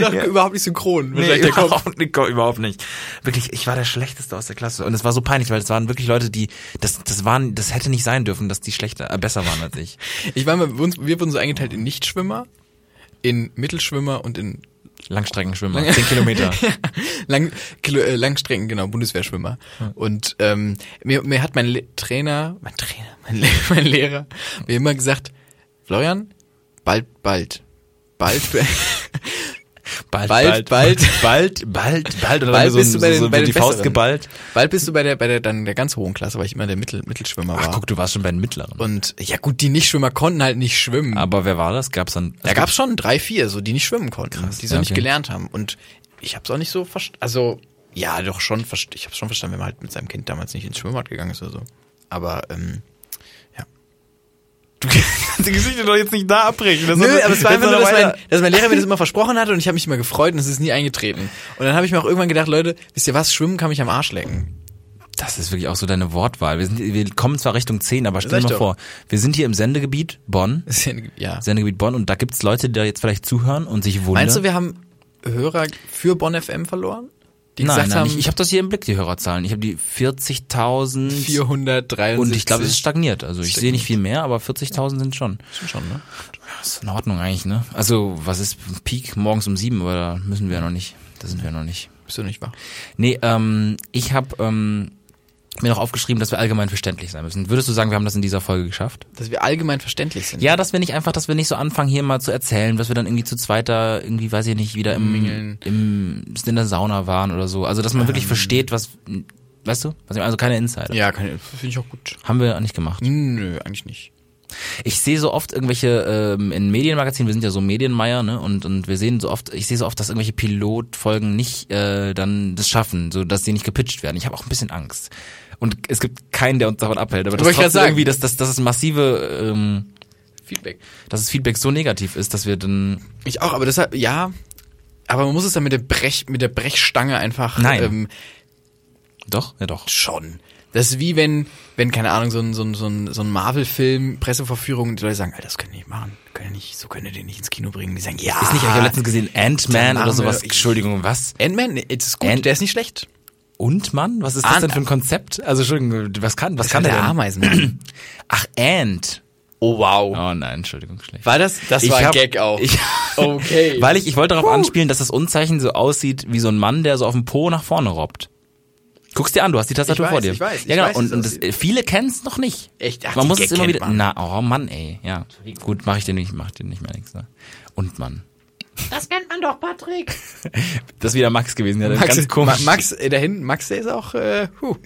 S3: Noch überhaupt nicht synchron.
S2: Nee,
S3: wahrscheinlich der Kopf.
S2: überhaupt, nicht, überhaupt nicht. Wirklich, ich war der Schlechteste aus der Klasse. Und es war so peinlich, weil es waren wirklich Leute, die, das, das waren, das hätte nicht sein dürfen, dass die schlechter, äh, besser waren als ich.
S3: Ich war mal, wir uns- wir wurden so eingeteilt in Nichtschwimmer, in Mittelschwimmer und in
S2: Langstreckenschwimmer, 10 Kilometer.
S3: Lang, Kilo, äh, Langstrecken, genau, Bundeswehrschwimmer.
S2: Hm.
S3: Und ähm, mir, mir hat mein Le Trainer, mein Trainer, mein, Le mein Lehrer, mir immer gesagt, Florian, bald, bald, bald,
S2: Bald, bald,
S3: Bald,
S2: bald, bald, bald. Und dann
S3: Bald
S2: so,
S3: bist du bei
S2: so,
S3: den-
S2: so
S3: bei
S2: die
S3: den
S2: Faust
S3: Besseren.
S2: geballt.
S3: bald bist du bei der, bei der dann der ganz hohen Klasse, weil ich immer der Mittel, Mittelschwimmer war.
S2: Ach, guck, du warst schon bei den Mittleren.
S3: Und ja gut, die Nichtschwimmer konnten halt nicht schwimmen.
S2: Aber wer war das? Gab's dann?
S3: Da gab's schon drei, vier, so die nicht schwimmen konnten, die so
S2: Also ja,
S3: nicht
S2: okay.
S3: gelernt haben. Und ich habe es auch nicht so verstanden. Also Ja, doch schon. verst- Ich habe schon verstanden, wenn man halt mit seinem Kind damals nicht ins Schwimmbad gegangen ist oder so. Aber ähm,
S2: Du kannst die Geschichte doch jetzt nicht da abbrechen. Das
S3: Nö,
S2: ist-
S3: aber es war
S2: jetzt
S3: einfach nur,
S2: noch
S3: dass mein,
S2: weiter-
S3: dass mein Lehrer mir das immer versprochen hatte und ich habe mich immer gefreut und es ist nie eingetreten. Und dann habe ich mir auch irgendwann gedacht, Leute, wisst ihr was, schwimmen kann mich am Arsch lecken.
S2: Das ist wirklich auch so deine Wortwahl. Wir, sind, wir kommen zwar Richtung 10, aber stell
S3: Sag
S2: dir
S3: ich
S2: mal
S3: doch.
S2: vor, wir sind hier im Sendegebiet Bonn.
S3: Das ist ja eine- Ja.
S2: Sendegebiet Bonn und da gibt's Leute, die da jetzt vielleicht zuhören und sich wundern.
S3: Meinst du, wir haben Hörer für Bonn FM verloren? Die
S2: nein,
S3: gesagt
S2: nein,
S3: haben,
S2: ich, ich habe das hier im Blick, die Hörerzahlen. Ich habe die 40.000
S3: 473.
S2: und ich glaube, es ist stagniert. Also ich sehe nicht viel mehr, aber 40.000 sind schon.
S3: schon, ne?
S2: Das ist in Ordnung eigentlich, ne? Also was ist Peak morgens um sieben? Aber da müssen wir ja noch nicht. Da sind wir noch nicht.
S3: Bist du nicht wahr?
S2: Nee, ähm, ich habe ähm, mir noch aufgeschrieben, dass wir allgemein verständlich sein müssen. Würdest du sagen, wir haben das in dieser Folge geschafft?
S3: Dass wir allgemein verständlich sind.
S2: Ja, dass wir nicht einfach, dass wir nicht so anfangen, hier mal zu erzählen, dass wir dann irgendwie zu zweiter, irgendwie, weiß ich nicht, wieder im,
S3: Mingeln.
S2: im in der Sauna waren oder so. Also, dass man wirklich versteht, was, weißt du? Was- Also keine Insider.
S3: Ja, kann- finde ich auch gut.
S2: Haben wir nicht gemacht.
S3: Nö, eigentlich nicht.
S2: Ich sehe so oft irgendwelche ähm, in Medienmagazinen, wir sind ja so Medienmeier, ne? Und und wir sehen so oft, ich sehe so oft, dass irgendwelche Pilotfolgen nicht äh, dann das schaffen, so dass sie nicht gepitcht werden. Ich habe auch ein bisschen Angst. Und es gibt keinen, der uns davon abhält. Aber das
S3: Wollte
S2: ist
S3: ich grad
S2: trotzdem
S3: sagen.
S2: irgendwie, dass das, das ist massive, ähm,
S3: Feedback.
S2: dass das Feedback so negativ ist, dass wir dann
S3: Ich auch, aber deshalb, ja. Aber man muss es dann mit der Brech, mit der Brechstange einfach
S2: Nein.
S3: Ähm,
S2: doch, ja doch.
S3: schon. Das ist wie wenn, wenn, keine Ahnung, so ein, so ein, so ein, so ein Marvel-Film, Presseverführung, und die Leute sagen, Alter, das können die nicht machen. Können die nicht, so können die den nicht ins Kino bringen. Die sagen, ja.
S2: Ist nicht, ich habe letztens gesehen, Ant-Man
S3: Dann
S2: oder
S3: machen
S2: sowas.
S3: wir-
S2: Entschuldigung, was?
S3: Ant-Man, nee, es ist gut,
S2: Ant-
S3: der ist nicht schlecht.
S2: Und Mann? Was ist das
S3: Ant-
S2: denn für ein Konzept? Also Entschuldigung, was kann, was
S3: Das
S2: kann der,
S3: der
S2: denn?
S3: Ameisenmann.
S2: Ach, Ant.
S3: oh, wow.
S2: Oh nein, Entschuldigung, schlecht.
S3: War das? Das
S2: Ich
S3: war ein
S2: hab-
S3: Gag auch.
S2: ich-
S3: okay.
S2: Weil ich, ich wollte darauf anspielen, dass das Unzeichen so aussieht wie so ein Mann, der so auf dem Po nach vorne robbt. Guck's dir an, du hast die Tastatur
S3: Ich weiß,
S2: vor dir.
S3: ich weiß, ich
S2: ja, genau.
S3: weiß, wie
S2: und
S3: es
S2: und das,
S3: aussieht.
S2: viele kennen's noch nicht.
S3: Echt? Ach,
S2: man
S3: die
S2: muss es
S3: Gag
S2: immer wieder.
S3: kennt man.
S2: Na, oh Mann, ey. Ja. Gut, mach ich dir nicht, mach dir nicht mehr nichts. Ne? Und Mann.
S4: Das kennt man doch, Patrick.
S2: Das ist wieder Max gewesen, der hat
S3: Max,
S2: ganz komisch.
S3: Ma- Max, äh, da hinten, Max, der ist auch äh, huh,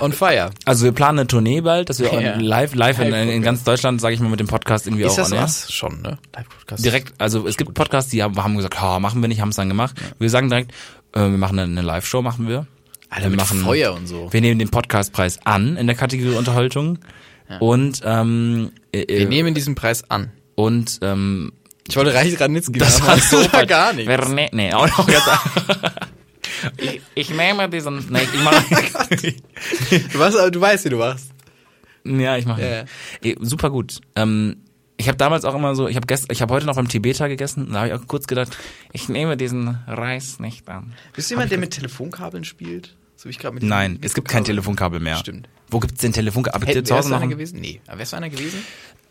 S3: on fire.
S2: Also wir planen eine Tournee bald, dass wir
S3: Ja.
S2: live, live in,
S3: Live,
S2: in ganz Deutschland, sage ich mal, mit dem Podcast irgendwie auch
S3: Ist das
S2: on air.
S3: was? Schon, ne? Live-Podcast.
S2: Direkt, also es gibt Podcasts, die haben, haben gesagt, ha, machen wir nicht, haben es dann gemacht. Wir sagen direkt, äh, wir machen eine, eine Live-Show, machen wir.
S3: Alter,
S2: wir
S3: mit
S2: machen
S3: Feuer und so.
S2: Wir nehmen den Podcastpreis an in der Kategorie Unterhaltung und ähm, äh,
S3: Wir
S2: äh,
S3: nehmen diesen Preis an.
S2: und ähm,
S3: Ich wollte Reich Ranitzky machen,
S2: war
S3: aber das war
S2: super.
S3: gar nichts.
S2: Wer- Nee, nee, auch noch ganz ich, ich nehme diesen, nee, ich mache
S3: Du, warst, aber du weißt, wie du warst.
S2: Ja, ich mache.
S3: Ja, ja.
S2: Eh, Super gut. Ähm, ich habe damals auch immer so, ich habe gest, ich habe heute noch beim Tibeter gegessen, und da habe ich auch kurz gedacht, ich nehme diesen Reis nicht an.
S3: Bist du jemand, der mit Telefonkabeln spielt? So wie ich gerade mit
S2: Nein, es gibt kein Telefonkabel mehr.
S3: Stimmt.
S2: Wo gibt's denn Telefonkabel? Habt ihr
S3: Hätte
S2: zu
S3: wärst
S2: Hause
S3: du
S2: noch
S3: einer
S2: ein-
S3: gewesen? Nee. Aber wärst du einer gewesen?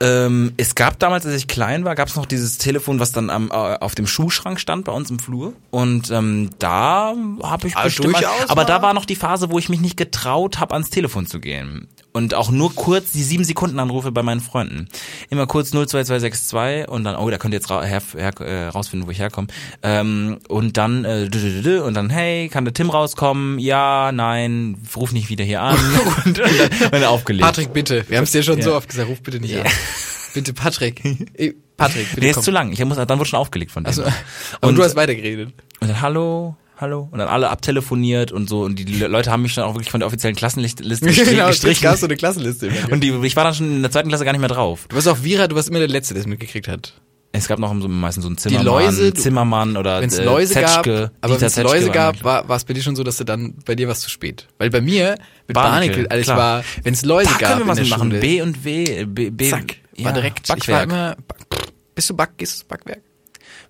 S2: ähm, es gab damals, als ich klein war, gab's noch dieses Telefon, was dann am, äh, auf dem Schuhschrank stand bei uns im Flur. Und ähm, da habe ich
S3: Aber
S2: bestimmt mal,
S3: Ah, durchaus
S2: aber da
S3: mal-
S2: war noch die Phase, wo ich mich nicht getraut habe, ans Telefon zu gehen. Und auch nur kurz die sieben Sekunden Anrufe bei meinen Freunden. Immer kurz 02262 und dann, oh, da könnt ihr jetzt ra her her äh, rausfinden, wo ich herkomme. Ähm, und dann, äh, dü- dü- dü- dü- und dann, hey, kann der Tim rauskommen? Ja, nein, ruf nicht wieder hier an. und, und, dann- und aufgelegt.
S3: Patrick, bitte. Wir haben es dir schon
S2: Ja.
S3: so oft gesagt. Ruf bitte nicht an. Bitte, Patrick. Ey, Patrick, bitte
S2: Nee,
S3: komm.
S2: ist zu lang. Ich muss, dann wurde schon aufgelegt von dem.
S3: Also,
S2: Und-
S3: und du hast weitergeredet.
S2: Und dann Hallo, Hallo. Und dann alle abtelefoniert und so. Und die Le- Leute haben mich dann auch wirklich von der offiziellen Klassenliste gestri-
S3: Genau, es
S2: gestrichen.
S3: gab so eine Klassenliste. Immer.
S2: und die, ich war dann schon in der zweiten Klasse gar nicht mehr drauf.
S3: Du warst auch Vira, du warst immer der Letzte, der es mitgekriegt hat.
S2: Es gab noch so, meistens so einen Zimmermann,
S3: Läuse, du-
S2: Zimmermann oder
S3: Wenn es
S2: äh,
S3: Läuse
S2: Zetschke,
S3: gab, aber
S2: Dieter
S3: wenn es
S2: Zetschke
S3: Läuse
S2: war
S3: gab,
S2: immer-
S3: war war es bei dir schon so, dass du dann, bei dir war es zu spät. Weil bei mir, mit
S2: Barnacle,
S3: Barnacle, als ich
S2: klar.
S3: war, wenn es Läuse
S2: da
S3: gab
S2: können wir was
S3: in der
S2: mitmachen.
S3: Schule,
S2: B und W, äh, B, B
S3: zack,
S2: ja,
S3: war direkt, ich war
S2: Backwerk.
S3: immer, Back- bist du Back, gehst du ins Backwerk?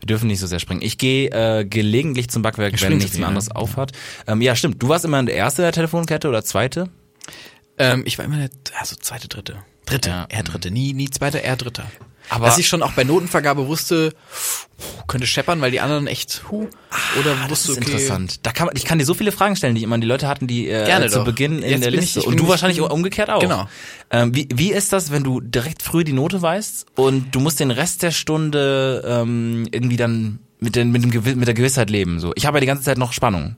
S2: Wir dürfen nicht so sehr springen. Ich gehe äh, gelegentlich zum Backwerk, wenn
S3: Springt
S2: nichts
S3: sie,
S2: mehr
S3: ne?
S2: anderes aufhat. Ähm, ja, stimmt. Du warst immer der Erste der Telefonkette oder Zweite.
S3: Ähm, ich war immer der, also zweite, dritte. Dritte,
S2: Ja.
S3: eher dritte, nie, nie zweiter, eher dritter.
S2: Aber-
S3: Aber Dass ich schon auch bei Notenvergabe wusste, könnte scheppern, weil die anderen echt, huh, oder
S2: Ah, Das
S3: wusste,
S2: ist
S3: okay.
S2: interessant. Da kann, man- ich kann dir so viele Fragen stellen, die immer die Leute hatten, die äh,
S3: Gerne
S2: zu
S3: doch.
S2: Beginn in
S3: Jetzt
S2: der
S3: bin ich-
S2: Liste
S3: ich
S2: und
S3: bin-
S2: du
S3: ich
S2: wahrscheinlich
S3: bin-
S2: umgekehrt auch.
S3: Genau.
S2: Ähm, wie, wie ist das, wenn du direkt früh die Note weißt und du musst den Rest der Stunde ähm, irgendwie dann mit, den, mit, dem, Gewi- mit der Gewissheit leben? So, ich habe ja die ganze Zeit noch Spannung.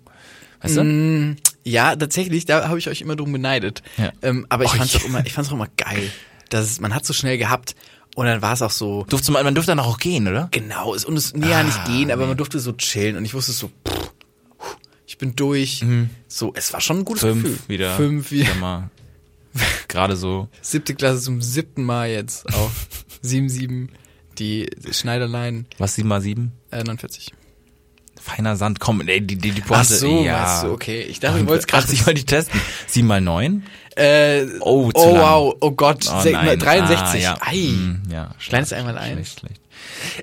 S2: Weißt du?
S3: Mm. Ja, tatsächlich, da habe ich euch immer drum beneidet.
S2: Ja.
S3: Ähm, aber ich
S2: Euch.
S3: fand's auch immer, ich fand's auch immer geil. Dass es, man hat so schnell gehabt und dann war es auch so,
S2: Durfte man, man durfte dann auch gehen, oder? Ah,
S3: genau, es, und es näher nicht gehen, aber man durfte so chillen und ich wusste so, pff, ich bin durch. So, es war schon ein gutes
S2: Mhm. Fünf
S3: Gefühl.
S2: wieder.
S3: Fünf wieder.
S2: wieder mal. Gerade so.
S3: Siebte Klasse zum siebten Mal jetzt auch. sieben, sieben. Die Schneiderlein
S2: Was, sieben mal sieben?
S3: äh, 49.
S2: Feiner Sand. Komm, ey, die, die, die Pointe. ja.
S3: meinst du, okay. Ich dachte, du wolltest
S2: Ach,
S3: gerade
S2: ich wollte die testen. Sieben mal neun?
S3: Äh,
S2: Oh, zu
S3: oh
S2: lang.
S3: wow, oh Gott,
S2: Oh,
S3: sech-
S2: nein.
S3: 63.
S2: Ah, ja.
S3: Ei.
S2: Mm, ja.
S3: Kleines einmal ein.
S2: Schlecht, schlecht.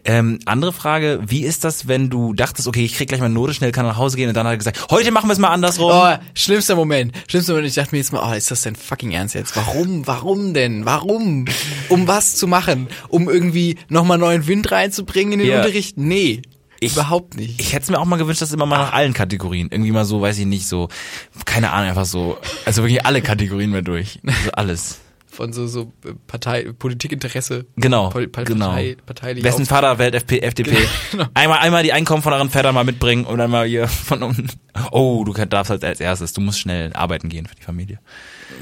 S2: Ähm, andere Frage, wie ist das, wenn du dachtest, okay, ich krieg gleich meine Note schnell, kann nach Hause gehen und dann hat er gesagt, heute machen wir es mal andersrum.
S3: Oh, schlimmster Moment. Schlimmster Moment. Ich dachte mir jetzt mal, oh, ist das denn fucking ernst jetzt? Warum? Warum denn? Warum? Um was zu machen? Um irgendwie nochmal neuen Wind reinzubringen in den
S2: Ja.
S3: Unterricht? Nee.
S2: Ich-
S3: überhaupt nicht.
S2: Ich hätte es mir auch mal gewünscht, dass immer mal nach allen Kategorien, irgendwie mal so, weiß ich nicht, so, keine Ahnung, einfach so, also wirklich alle Kategorien mehr durch. Also alles.
S3: Von so, so äh, Partei, Politikinteresse.
S2: Genau.
S3: Pol, Pol,
S2: genau.
S3: Partei, Genau, parteilich
S2: Wessen
S3: auf-
S2: Vater wählt FP, FDP? Einmal, einmal die Einkommen von euren Vätern mal mitbringen und dann mal hier von unten. Oh, du darfst halt als erstes, du musst schnell arbeiten gehen für die Familie.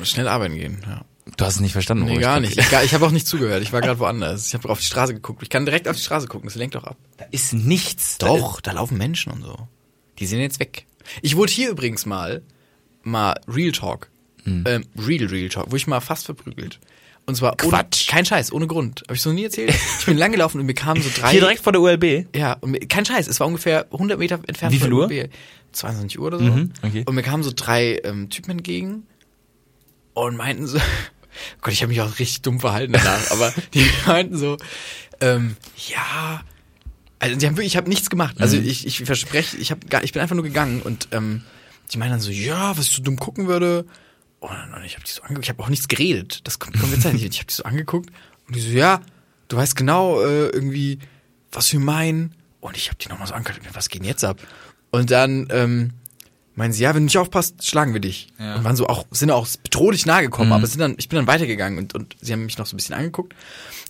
S3: Schnell arbeiten gehen, ja.
S2: Du hast es nicht verstanden,
S3: Nee,
S2: wo Oh, ich
S3: gar
S2: bin.
S3: nicht. Ich, gar- ich habe auch nicht zugehört. Ich war gerade woanders. Ich habe auf die Straße geguckt. Ich kann direkt auf die Straße gucken. Das lenkt doch ab.
S2: Da ist nichts. Da
S3: Doch, da laufen Menschen und so. Die sind jetzt weg. Ich wurde hier übrigens mal, mal Real Talk,
S2: Hm.
S3: ähm, Real Real Talk, wo ich mal fast verprügelt. Und zwar
S2: Quatsch.
S3: Ohne, kein Scheiß, ohne Grund. Habe ich so nie erzählt. Ich bin lang gelaufen und mir kamen so drei.
S2: Hier direkt vor der ULB.
S3: Ja, und mir, kein Scheiß, es war ungefähr 100 Meter entfernt.
S2: Wie viel
S3: von
S2: Uhr? Mhm,
S3: UB. 22 Uhr oder so.
S2: okay.
S3: Und mir kamen so drei ähm, Typen entgegen und meinten so, oh Gott, ich habe mich auch richtig dumm verhalten danach, aber die meinten so, ähm, ja, also die haben wirklich, ich habe nichts gemacht. Also ich, ich verspreche, ich, hab gar- ich bin einfach nur gegangen und ähm, die meinen dann so, ja, was ich so dumm gucken würde. Und, und ich habe die so angeguckt, ich habe auch nichts geredet. Das kommt, kommt jetzt ja nicht. Ich habe die so angeguckt und die so, ja, du weißt genau äh, irgendwie, was wir meinen. Und ich habe die nochmal so angeguckt, was geht denn jetzt ab? Und dann ähm, meinen sie, ja, wenn du nicht aufpasst, schlagen wir dich. Und waren so Also auch, sind auch bedrohlich nahe gekommen, aber sind dann, ich bin dann weitergegangen und, und sie haben mich noch so ein bisschen angeguckt.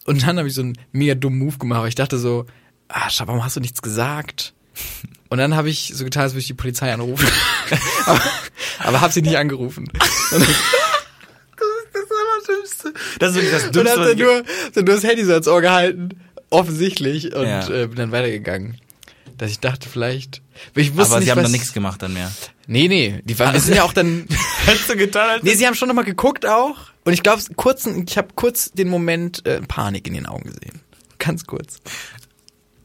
S3: Und dann habe ich so einen mega dummen Move gemacht, weil ich dachte so, ah, Scha, warum hast du nichts gesagt? Und dann habe ich so getan, als würde ich die Polizei anrufen. aber, aber habe sie nicht angerufen. das ist das Allerschlimmste.
S2: Das ist wirklich das
S3: Und hab
S2: Dümmste. was
S3: dann
S2: ich-
S3: nur, dann nur das Handy so ans Ohr gehalten, offensichtlich, und
S2: Ja.
S3: äh, bin dann weitergegangen. Dass ich dachte, vielleicht. Ich wusste
S2: Aber
S3: nicht,
S2: sie haben
S3: was,
S2: dann nichts gemacht dann mehr.
S3: Nee, nee. Die waren, das Also sind ja auch dann.
S2: Hast du getan? Als
S3: Nee, sie haben schon nochmal geguckt auch. Und ich glaube, kurzen, ich habe kurz den Moment äh, Panik in den Augen gesehen. Ganz kurz.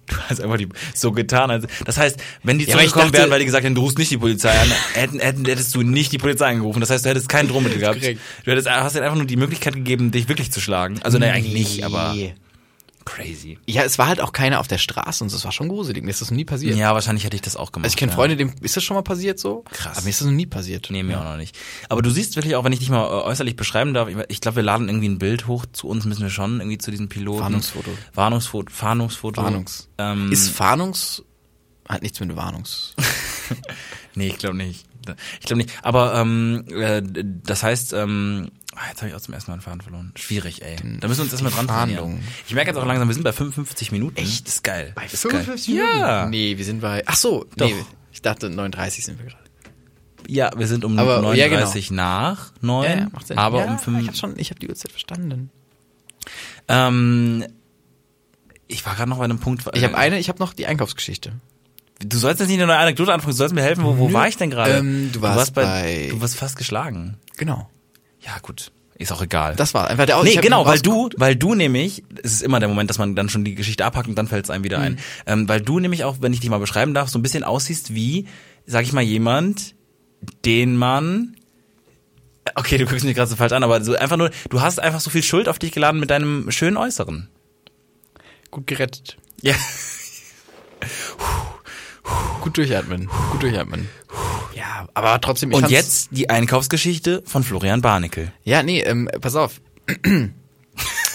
S2: Du hast also einfach die, so getan. Als, das heißt, wenn die
S3: Ja, aber ich
S2: zurückgekommen
S3: dachte-
S2: wären, weil die gesagt hätten, du rufst nicht die Polizei an, hätten, hätten, hättest du nicht die Polizei angerufen. Das heißt, du hättest kein Drohmittel gehabt.
S3: Korrekt.
S2: Du hättest, hast ihnen einfach nur die Möglichkeit gegeben, dich wirklich zu schlagen. Also, naja, eigentlich nicht, aber crazy.
S3: Ja, es war halt auch keiner auf der Straße und so, es war schon gruselig. Mir ist das noch nie passiert.
S2: Ja, wahrscheinlich hätte ich das auch gemacht.
S3: Also ich kenne
S2: ja.
S3: Freunde, dem ist das schon mal passiert so.
S2: Krass.
S3: Aber mir ist das noch nie passiert.
S2: Nee, mir auch noch nicht. Aber du siehst wirklich auch, wenn ich dich mal äh, äußerlich beschreiben darf, ich- ich glaube, wir laden irgendwie ein Bild hoch. Zu uns müssen wir schon irgendwie zu diesem Piloten.
S3: Warnungsfoto.
S2: Warnungsfoto. Fahndungsfoto.
S3: Warnungs.
S2: Ähm,
S3: Ist Fahndungs. Hat nichts mit Warnungs.
S2: Nee, ich glaube nicht. Ich glaube nicht. Aber ähm, äh, das heißt, ähm, ah, jetzt habe ich auch zum ersten Mal einen Faden verloren. Schwierig, ey. Da müssen wir uns erstmal dran trainieren.
S3: Fahndung.
S2: Ich merke jetzt auch langsam, wir sind bei 55 Minuten. Echt? Ist geil.
S3: Bei
S2: ist
S3: 55
S2: geil.
S3: Minuten?
S2: Ja.
S3: Nee, wir sind bei. Ach so,
S2: Doch.
S3: nee. Ich dachte 39 sind wir gerade.
S2: ja, wir sind um
S3: Aber- ja, genau.
S2: 39 nach 9, aber um 5.
S3: Ich hab schon, ich habe die Uhrzeit verstanden.
S2: Ähm, ich war gerade noch bei einem Punkt.
S3: Ich habe
S2: äh,
S3: eine, ich habe noch die Einkaufsgeschichte.
S2: Du sollst jetzt nicht eine neue Anekdote anfangen, du sollst mir helfen. Wo, wo
S3: Nö.
S2: war ich denn gerade?
S3: Ähm, du warst bei-
S2: Du warst fast geschlagen.
S3: Genau.
S2: Ja, gut. Ist auch egal.
S3: Das war einfach der Aus-
S2: Nee,
S3: ich hab
S2: genau,
S3: ihn
S2: weil du, weil du nämlich, es ist immer der Moment, dass man dann schon die Geschichte abhackt und dann fällt es einem wieder
S3: Mhm.
S2: ein, ähm, weil du nämlich auch, wenn ich dich mal beschreiben darf, so ein bisschen aussiehst wie, sag ich mal, jemand, den man, okay, du guckst mich gerade so falsch an, aber so einfach nur, du hast einfach so viel Schuld auf dich geladen mit deinem schönen Äußeren.
S3: Gut gerettet.
S2: Ja.
S3: Gut durchatmen. Gut durchatmen. Ja, aber trotzdem. Ich
S2: Und
S3: fand's-
S2: jetzt die Einkaufsgeschichte von Florian Barnickel.
S3: Ja, nee, ähm, pass auf.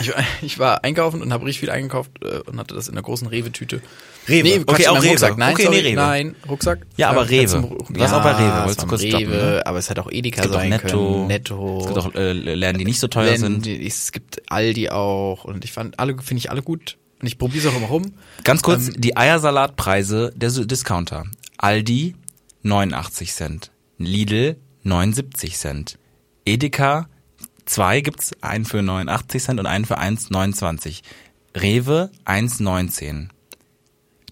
S3: Ich, war- ich war einkaufen und habe richtig viel eingekauft äh, und hatte das in einer großen Rewe-Tüte.
S2: Rewe.
S3: Nee,
S2: Okay,
S3: okay,
S2: auch
S3: auch
S2: Rewe.
S3: Rucksack. Nein,
S2: Okay,
S3: sorry,
S2: nee, Rewe.
S3: nein, Rucksack.
S2: Ja, aber Rewe.
S3: letzten Ru-
S2: Du warst auch bei Rewe,
S3: es
S2: wolltest
S3: war
S2: du kurz
S3: Rewe,
S2: stoppen, ne?
S3: aber es hätte auch Edeka
S2: Es gibt auch
S3: sein
S2: Netto.
S3: können. Netto.
S2: Es gibt auch äh, Läden, die nicht so teuer
S3: Wenn-
S2: sind.
S3: Es gibt Aldi auch und ich fand alle finde ich alle gut und ich probiere es auch immer rum.
S2: Ganz kurz, die Eiersalatpreise der Su- Discounter. Aldi 89 Cent, Lidl 79 Cent, Edeka 2 gibt's einen für 89 Cent und einen für 1,29. Rewe 1,19.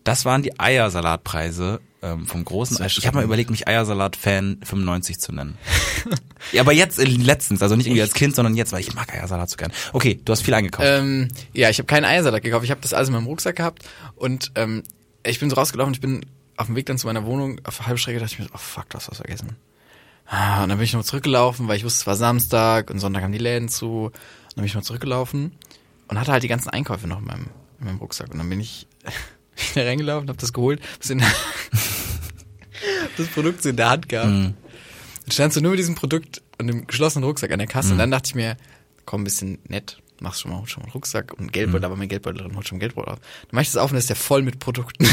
S2: Das waren die Eiersalatpreise ähm, vom großen
S3: Sehr
S2: Eier. Ich habe mal
S3: schön.
S2: überlegt, mich Eiersalat-Fan 95 zu nennen. ja, aber jetzt, äh, letztens, also nicht irgendwie als Kind, sondern jetzt, weil ich mag Eiersalat so gern. Okay, du hast viel eingekauft.
S3: Ähm, ja, ich habe keinen Eiersalat gekauft. Ich habe das alles in meinem Rucksack gehabt und ähm, ich bin so rausgelaufen. Ich bin auf dem Weg dann zu meiner Wohnung auf der Halbstrecke dachte ich mir, so, oh fuck, du hast was vergessen. Ah, und dann bin ich noch zurückgelaufen, weil ich wusste, es war Samstag und Sonntag haben die Läden zu. Und dann bin ich noch zurückgelaufen und hatte halt die ganzen Einkäufe noch in meinem, in meinem Rucksack. Und dann bin ich wieder reingelaufen, habe das geholt, bis in das Produkt so in der Hand gehabt. Dann standst du nur mit diesem Produkt und dem geschlossenen Rucksack an der Kasse.
S2: Mhm.
S3: Und dann dachte ich mir, komm, ein bisschen nett, machst schon mal, hol schon mal einen Rucksack und einen Geldbeutel,
S2: Mhm.
S3: aber mein Geldbeutel drin, hol schon mal einen Geldbeutel auf. Dann mach ich das auf und dann ist der voll mit Produkten.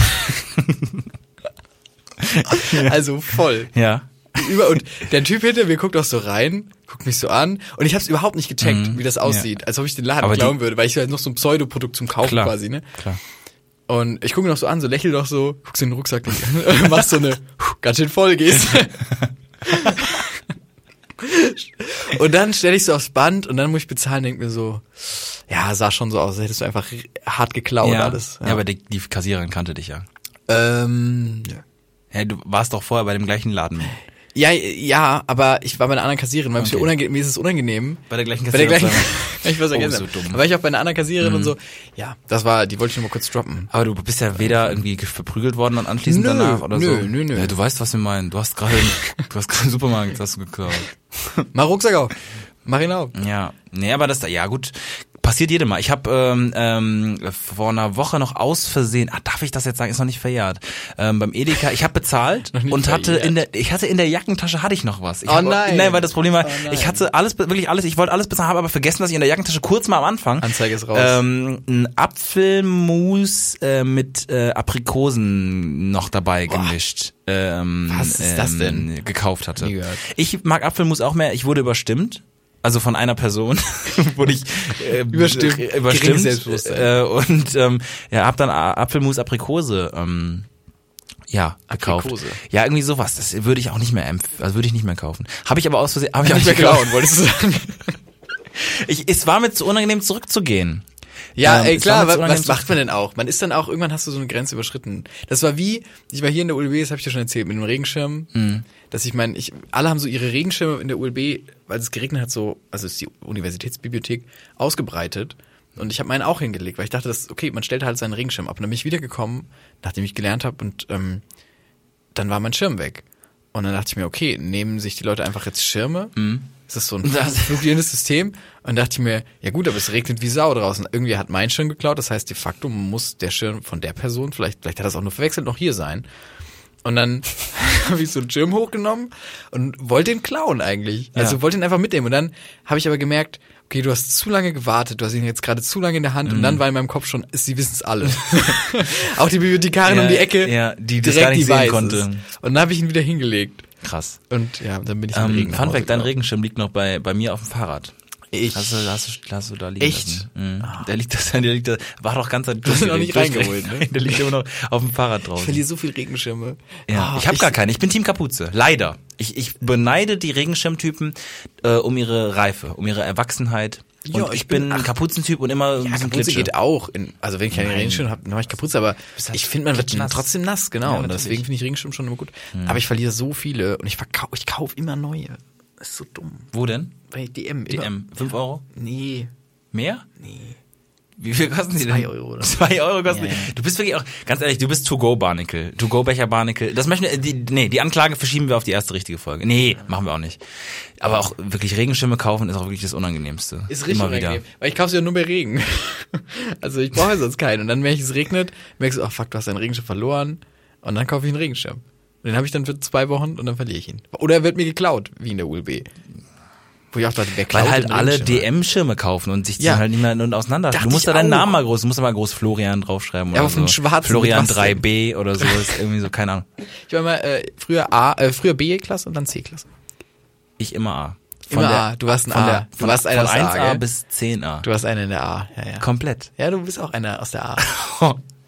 S3: also voll.
S2: ja.
S3: Über, und der Typ hinter mir guckt auch so rein, guckt mich so an und ich habe es überhaupt nicht gecheckt, wie das aussieht, als ob ich den Laden
S2: Mhm. Aber die-
S3: klauen würde, weil ich halt noch so ein Pseudoprodukt zum Kaufen
S2: Klar.
S3: quasi, ne?
S2: Klar.
S3: Und ich gucke noch so an, so lächel doch so, guckst in den Rucksack, und machst so eine, "Puh, ganz schön voll gehst. und dann stelle ich so aufs Band und dann muss ich bezahlen, denk mir so, ja, sah schon so aus, als hättest du einfach hart geklaut
S2: ja.
S3: alles.
S2: ja, aber die, die Kassiererin kannte dich ja.
S3: ähm, ja.
S2: Hey, du warst doch vorher bei dem gleichen Laden.
S3: Ja, ja, aber ich war bei einer anderen Kassiererin, weil es mir
S2: Okay.
S3: unange- mir ist es unangenehm.
S2: Bei der gleichen
S3: Bei der gleichen,
S2: Kassiererin.
S3: ich was
S2: Oh,
S3: vergessen
S2: so
S3: hab.
S2: dumm. Mhm.
S3: Da war ich auch bei einer anderen Kassiererin und so. Ja, das war, die wollte ich nur mal kurz droppen.
S2: Aber du bist ja weder irgendwie ge- verprügelt worden und anschließend
S3: Nö,
S2: danach oder
S3: nö,
S2: so.
S3: nö, nö.
S2: Ja, du weißt, was wir meinen. Du hast gerade, du hast gerade im Supermarkt, hast du geklaut.
S3: Mach Rucksack auf. Mach ihn auf.
S2: Ja, nee, aber das, ja gut, passiert jedem Mal. Ich habe ähm, ähm, vor einer Woche noch aus Versehen, ah, darf ich das jetzt sagen, ist noch nicht verjährt, ähm, beim Edeka, ich habe bezahlt
S3: Noch nicht
S2: und hatte in der,
S3: verjährt.
S2: ich hatte in der Jackentasche, hatte ich noch was. Ich
S3: Oh
S2: hab-
S3: nein.
S2: Nein, weil das Problem war,
S3: Oh nein.
S2: ich hatte alles, be- wirklich alles, ich wollte alles bezahlen, habe aber vergessen, dass ich in der Jackentasche kurz mal am Anfang
S3: Anzeige ist raus.
S2: Ähm, ein Apfelmus äh, mit äh, Aprikosen noch dabei gemischt. Ähm,
S3: Was ist das denn?
S2: Gekauft hatte.
S3: Nie gehört.
S2: Ich mag Apfelmus auch mehr. Ich wurde überstimmt. Also von einer Person wurde ich äh,
S3: Überstimmt.
S2: äh,
S3: Geringes
S2: überstimmt
S3: Selbstbewusstsein.
S2: Äh, und ähm, ja, hab dann A- Apfelmus, Aprikose, ähm, ja gekauft.
S3: Aprikose.
S2: Ja, irgendwie sowas. Das würde ich auch nicht mehr, empf- also würde ich nicht mehr kaufen. Habe ich aber aus Versehen, habe ich auch
S3: Nicht
S2: nicht
S3: mehr
S2: mehr gekauft.
S3: klauen, wolltest du sagen.
S2: Ich, es war mir zu unangenehm zurückzugehen.
S3: Ja,
S2: Ähm,
S3: ey,
S2: es war
S3: klar,
S2: mir
S3: was,
S2: zu
S3: was
S2: unangenehm
S3: macht man denn auch? Man ist dann auch, irgendwann hast du so eine Grenze überschritten. Das war wie, ich war hier in der ULB, das habe ich dir schon erzählt, mit dem Regenschirm,
S2: Hm.
S3: dass ich meine, ich, alle haben so ihre Regenschirme in der ULB, weil es geregnet hat, so, also ist die Universitätsbibliothek ausgebreitet. Und ich habe meinen auch hingelegt, weil ich dachte, das okay, man stellt halt seinen Regenschirm ab. Und dann bin ich wiedergekommen, nachdem ich gelernt habe und ähm, dann war mein Schirm weg. Und dann dachte ich mir, okay, nehmen sich die Leute einfach jetzt Schirme? Ist Mhm. das so ein fluktuierendes System? Und dachte ich mir, ja gut, aber es regnet wie Sau draußen. Irgendwie hat mein Schirm geklaut, das heißt, de facto muss der Schirm von der Person, vielleicht, vielleicht hat das auch nur verwechselt, noch hier sein. Und dann habe ich so einen Schirm hochgenommen und wollte ihn klauen eigentlich. Also wollte ihn einfach mitnehmen. Und dann habe ich aber gemerkt, okay, du hast zu lange gewartet, du hast ihn jetzt gerade zu lange in der Hand
S2: Mhm.
S3: und dann war in meinem Kopf schon, sie wissen es alle. auch die Bibliothekarin
S2: Ja,
S3: um die Ecke,
S2: ja, die das gar nicht sehen
S3: weiß es.
S2: konnte.
S3: Und dann habe ich ihn wieder hingelegt.
S2: Krass.
S3: Und ja, dann bin ich im
S2: Ähm,
S3: Regen. nach
S2: Fun
S3: Hause
S2: Fact, dein
S3: gelaufen.
S2: Regenschirm liegt noch bei, bei mir auf dem Fahrrad.
S3: Ich-
S2: Hast du, hast du, hast du da liegen
S3: Echt? Ah.
S2: lassen. Mhm. Der liegt da, der liegt da, war doch ganz Du
S3: hast ihn noch nicht reingeholt, ne?
S2: Der liegt immer noch auf dem Fahrrad
S3: Ich
S2: draußen.
S3: verliere so viel Regenschirme.
S2: Ja,
S3: Ah,
S2: ich habe gar keine. Ich bin Team Kapuze. Leider. Ich, ich beneide die Regenschirmtypen äh, um ihre Reife, um ihre Erwachsenheit. Und
S3: Ja,
S2: ich,
S3: ich
S2: bin
S3: bin-
S2: ein Kapuzentyp und immer ein
S3: Ja,
S2: bisschen
S3: Kapuze
S2: Klitsche.
S3: geht auch. In, also wenn ich keinen Regenschirm habe, dann mache ich Kapuze. Aber
S2: halt
S3: ich finde, man wird
S2: klitschnass.
S3: trotzdem nass,
S2: Ja,
S3: genau. und
S2: natürlich.
S3: deswegen finde ich Regenschirm schon immer gut. Aber ich verliere so viele und ich verkau ich kaufe immer neue. Das ist so dumm.
S2: Wo denn?
S3: Bei DM.
S2: Die
S3: immer-
S2: M. Fünf Euro?
S3: Nee.
S2: Mehr? Nee. Wie viel kosten die denn?
S3: Zwei Euro oder so.
S2: Zwei Euro kosten
S3: Ja, ja.
S2: die. Du bist wirklich auch, ganz ehrlich, du bist To-Go-Barnickel. To-Go-Becher-Barnickel. Das möchten wir, die, nee, die Anklage verschieben wir auf die erste richtige Folge. Nee, machen wir auch nicht. Aber auch wirklich Regenschirme kaufen ist auch wirklich das Unangenehmste.
S3: Ist richtig
S2: Immer
S3: unangenehm. Weil ich kaufe sie ja nur bei Regen. also ich brauche sonst keinen. Und dann, wenn es regnet, merkst du, ach fuck, du hast deinen Regenschirm verloren. Und dann kaufe ich einen Regenschirm. Und den habe ich dann für zwei Wochen und dann verliere ich ihn. Oder er wird mir geklaut, wie in der ULB. Wo ich auch dachte, wer klaut
S2: Weil halt
S3: den
S2: alle
S3: Regenschirm?
S2: DM-Schirme kaufen und sich die
S3: Ja.
S2: halt nicht mehr nun auseinander.
S3: Dachte
S2: Du musst da
S3: ich
S2: deinen
S3: auch.
S2: Namen mal groß, du musst da mal groß Florian draufschreiben.
S3: Ja,
S2: oder
S3: auf einen
S2: so.
S3: schwarzen,
S2: Florian
S3: mit was
S2: 3B oder so ist irgendwie so, keine Ahnung.
S3: Ich war mal äh, früher A, äh, früher B-Klasse und dann C-Klasse.
S2: Ich immer A.
S3: Immer A. Du warst ein
S2: von
S3: A.
S2: Der,
S3: Du
S2: von,
S3: warst einer
S2: von
S3: aus der A,
S2: 1A
S3: gell?
S2: bis 10A.
S3: Du warst einer in der A. Ja, ja.
S2: Komplett.
S3: Ja, du bist auch einer aus der A.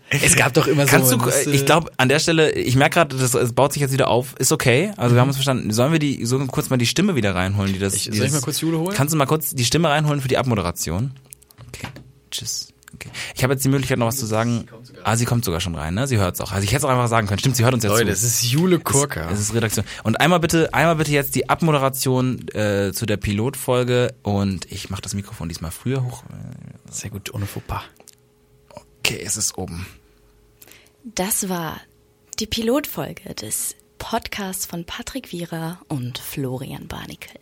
S3: es gab doch immer so.
S2: Oh. Kannst du,
S3: man
S2: äh,
S3: musste-
S2: ich glaube, an der Stelle, ich merke gerade, das, es baut sich jetzt wieder auf, ist okay. Also wir haben uns verstanden. Sollen wir die so kurz mal die Stimme wieder reinholen, die das.
S3: Mhm. Ich- soll
S2: dieses-
S3: ich mal kurz Jule holen?
S2: Kannst du mal kurz die Stimme reinholen für die Abmoderation? Okay. Tschüss. Okay. Ich habe jetzt die Möglichkeit, noch was zu sagen. Ah, sie kommt sogar schon rein, ne? Sie hört's auch. Also ich hätte es auch einfach sagen können. Stimmt, sie hört uns jetzt
S3: Leute,
S2: zu.
S3: es ist Jule Kurka.
S2: Es ist Redaktion. Und einmal bitte, einmal bitte jetzt die Abmoderation äh, zu der Pilotfolge und ich mache das Mikrofon diesmal früher hoch.
S3: sehr gut, ohne Fauxpas.
S2: Okay, es ist oben.
S1: Das war die Pilotfolge des Podcasts von Patrick Wierer und Florian Barnikel.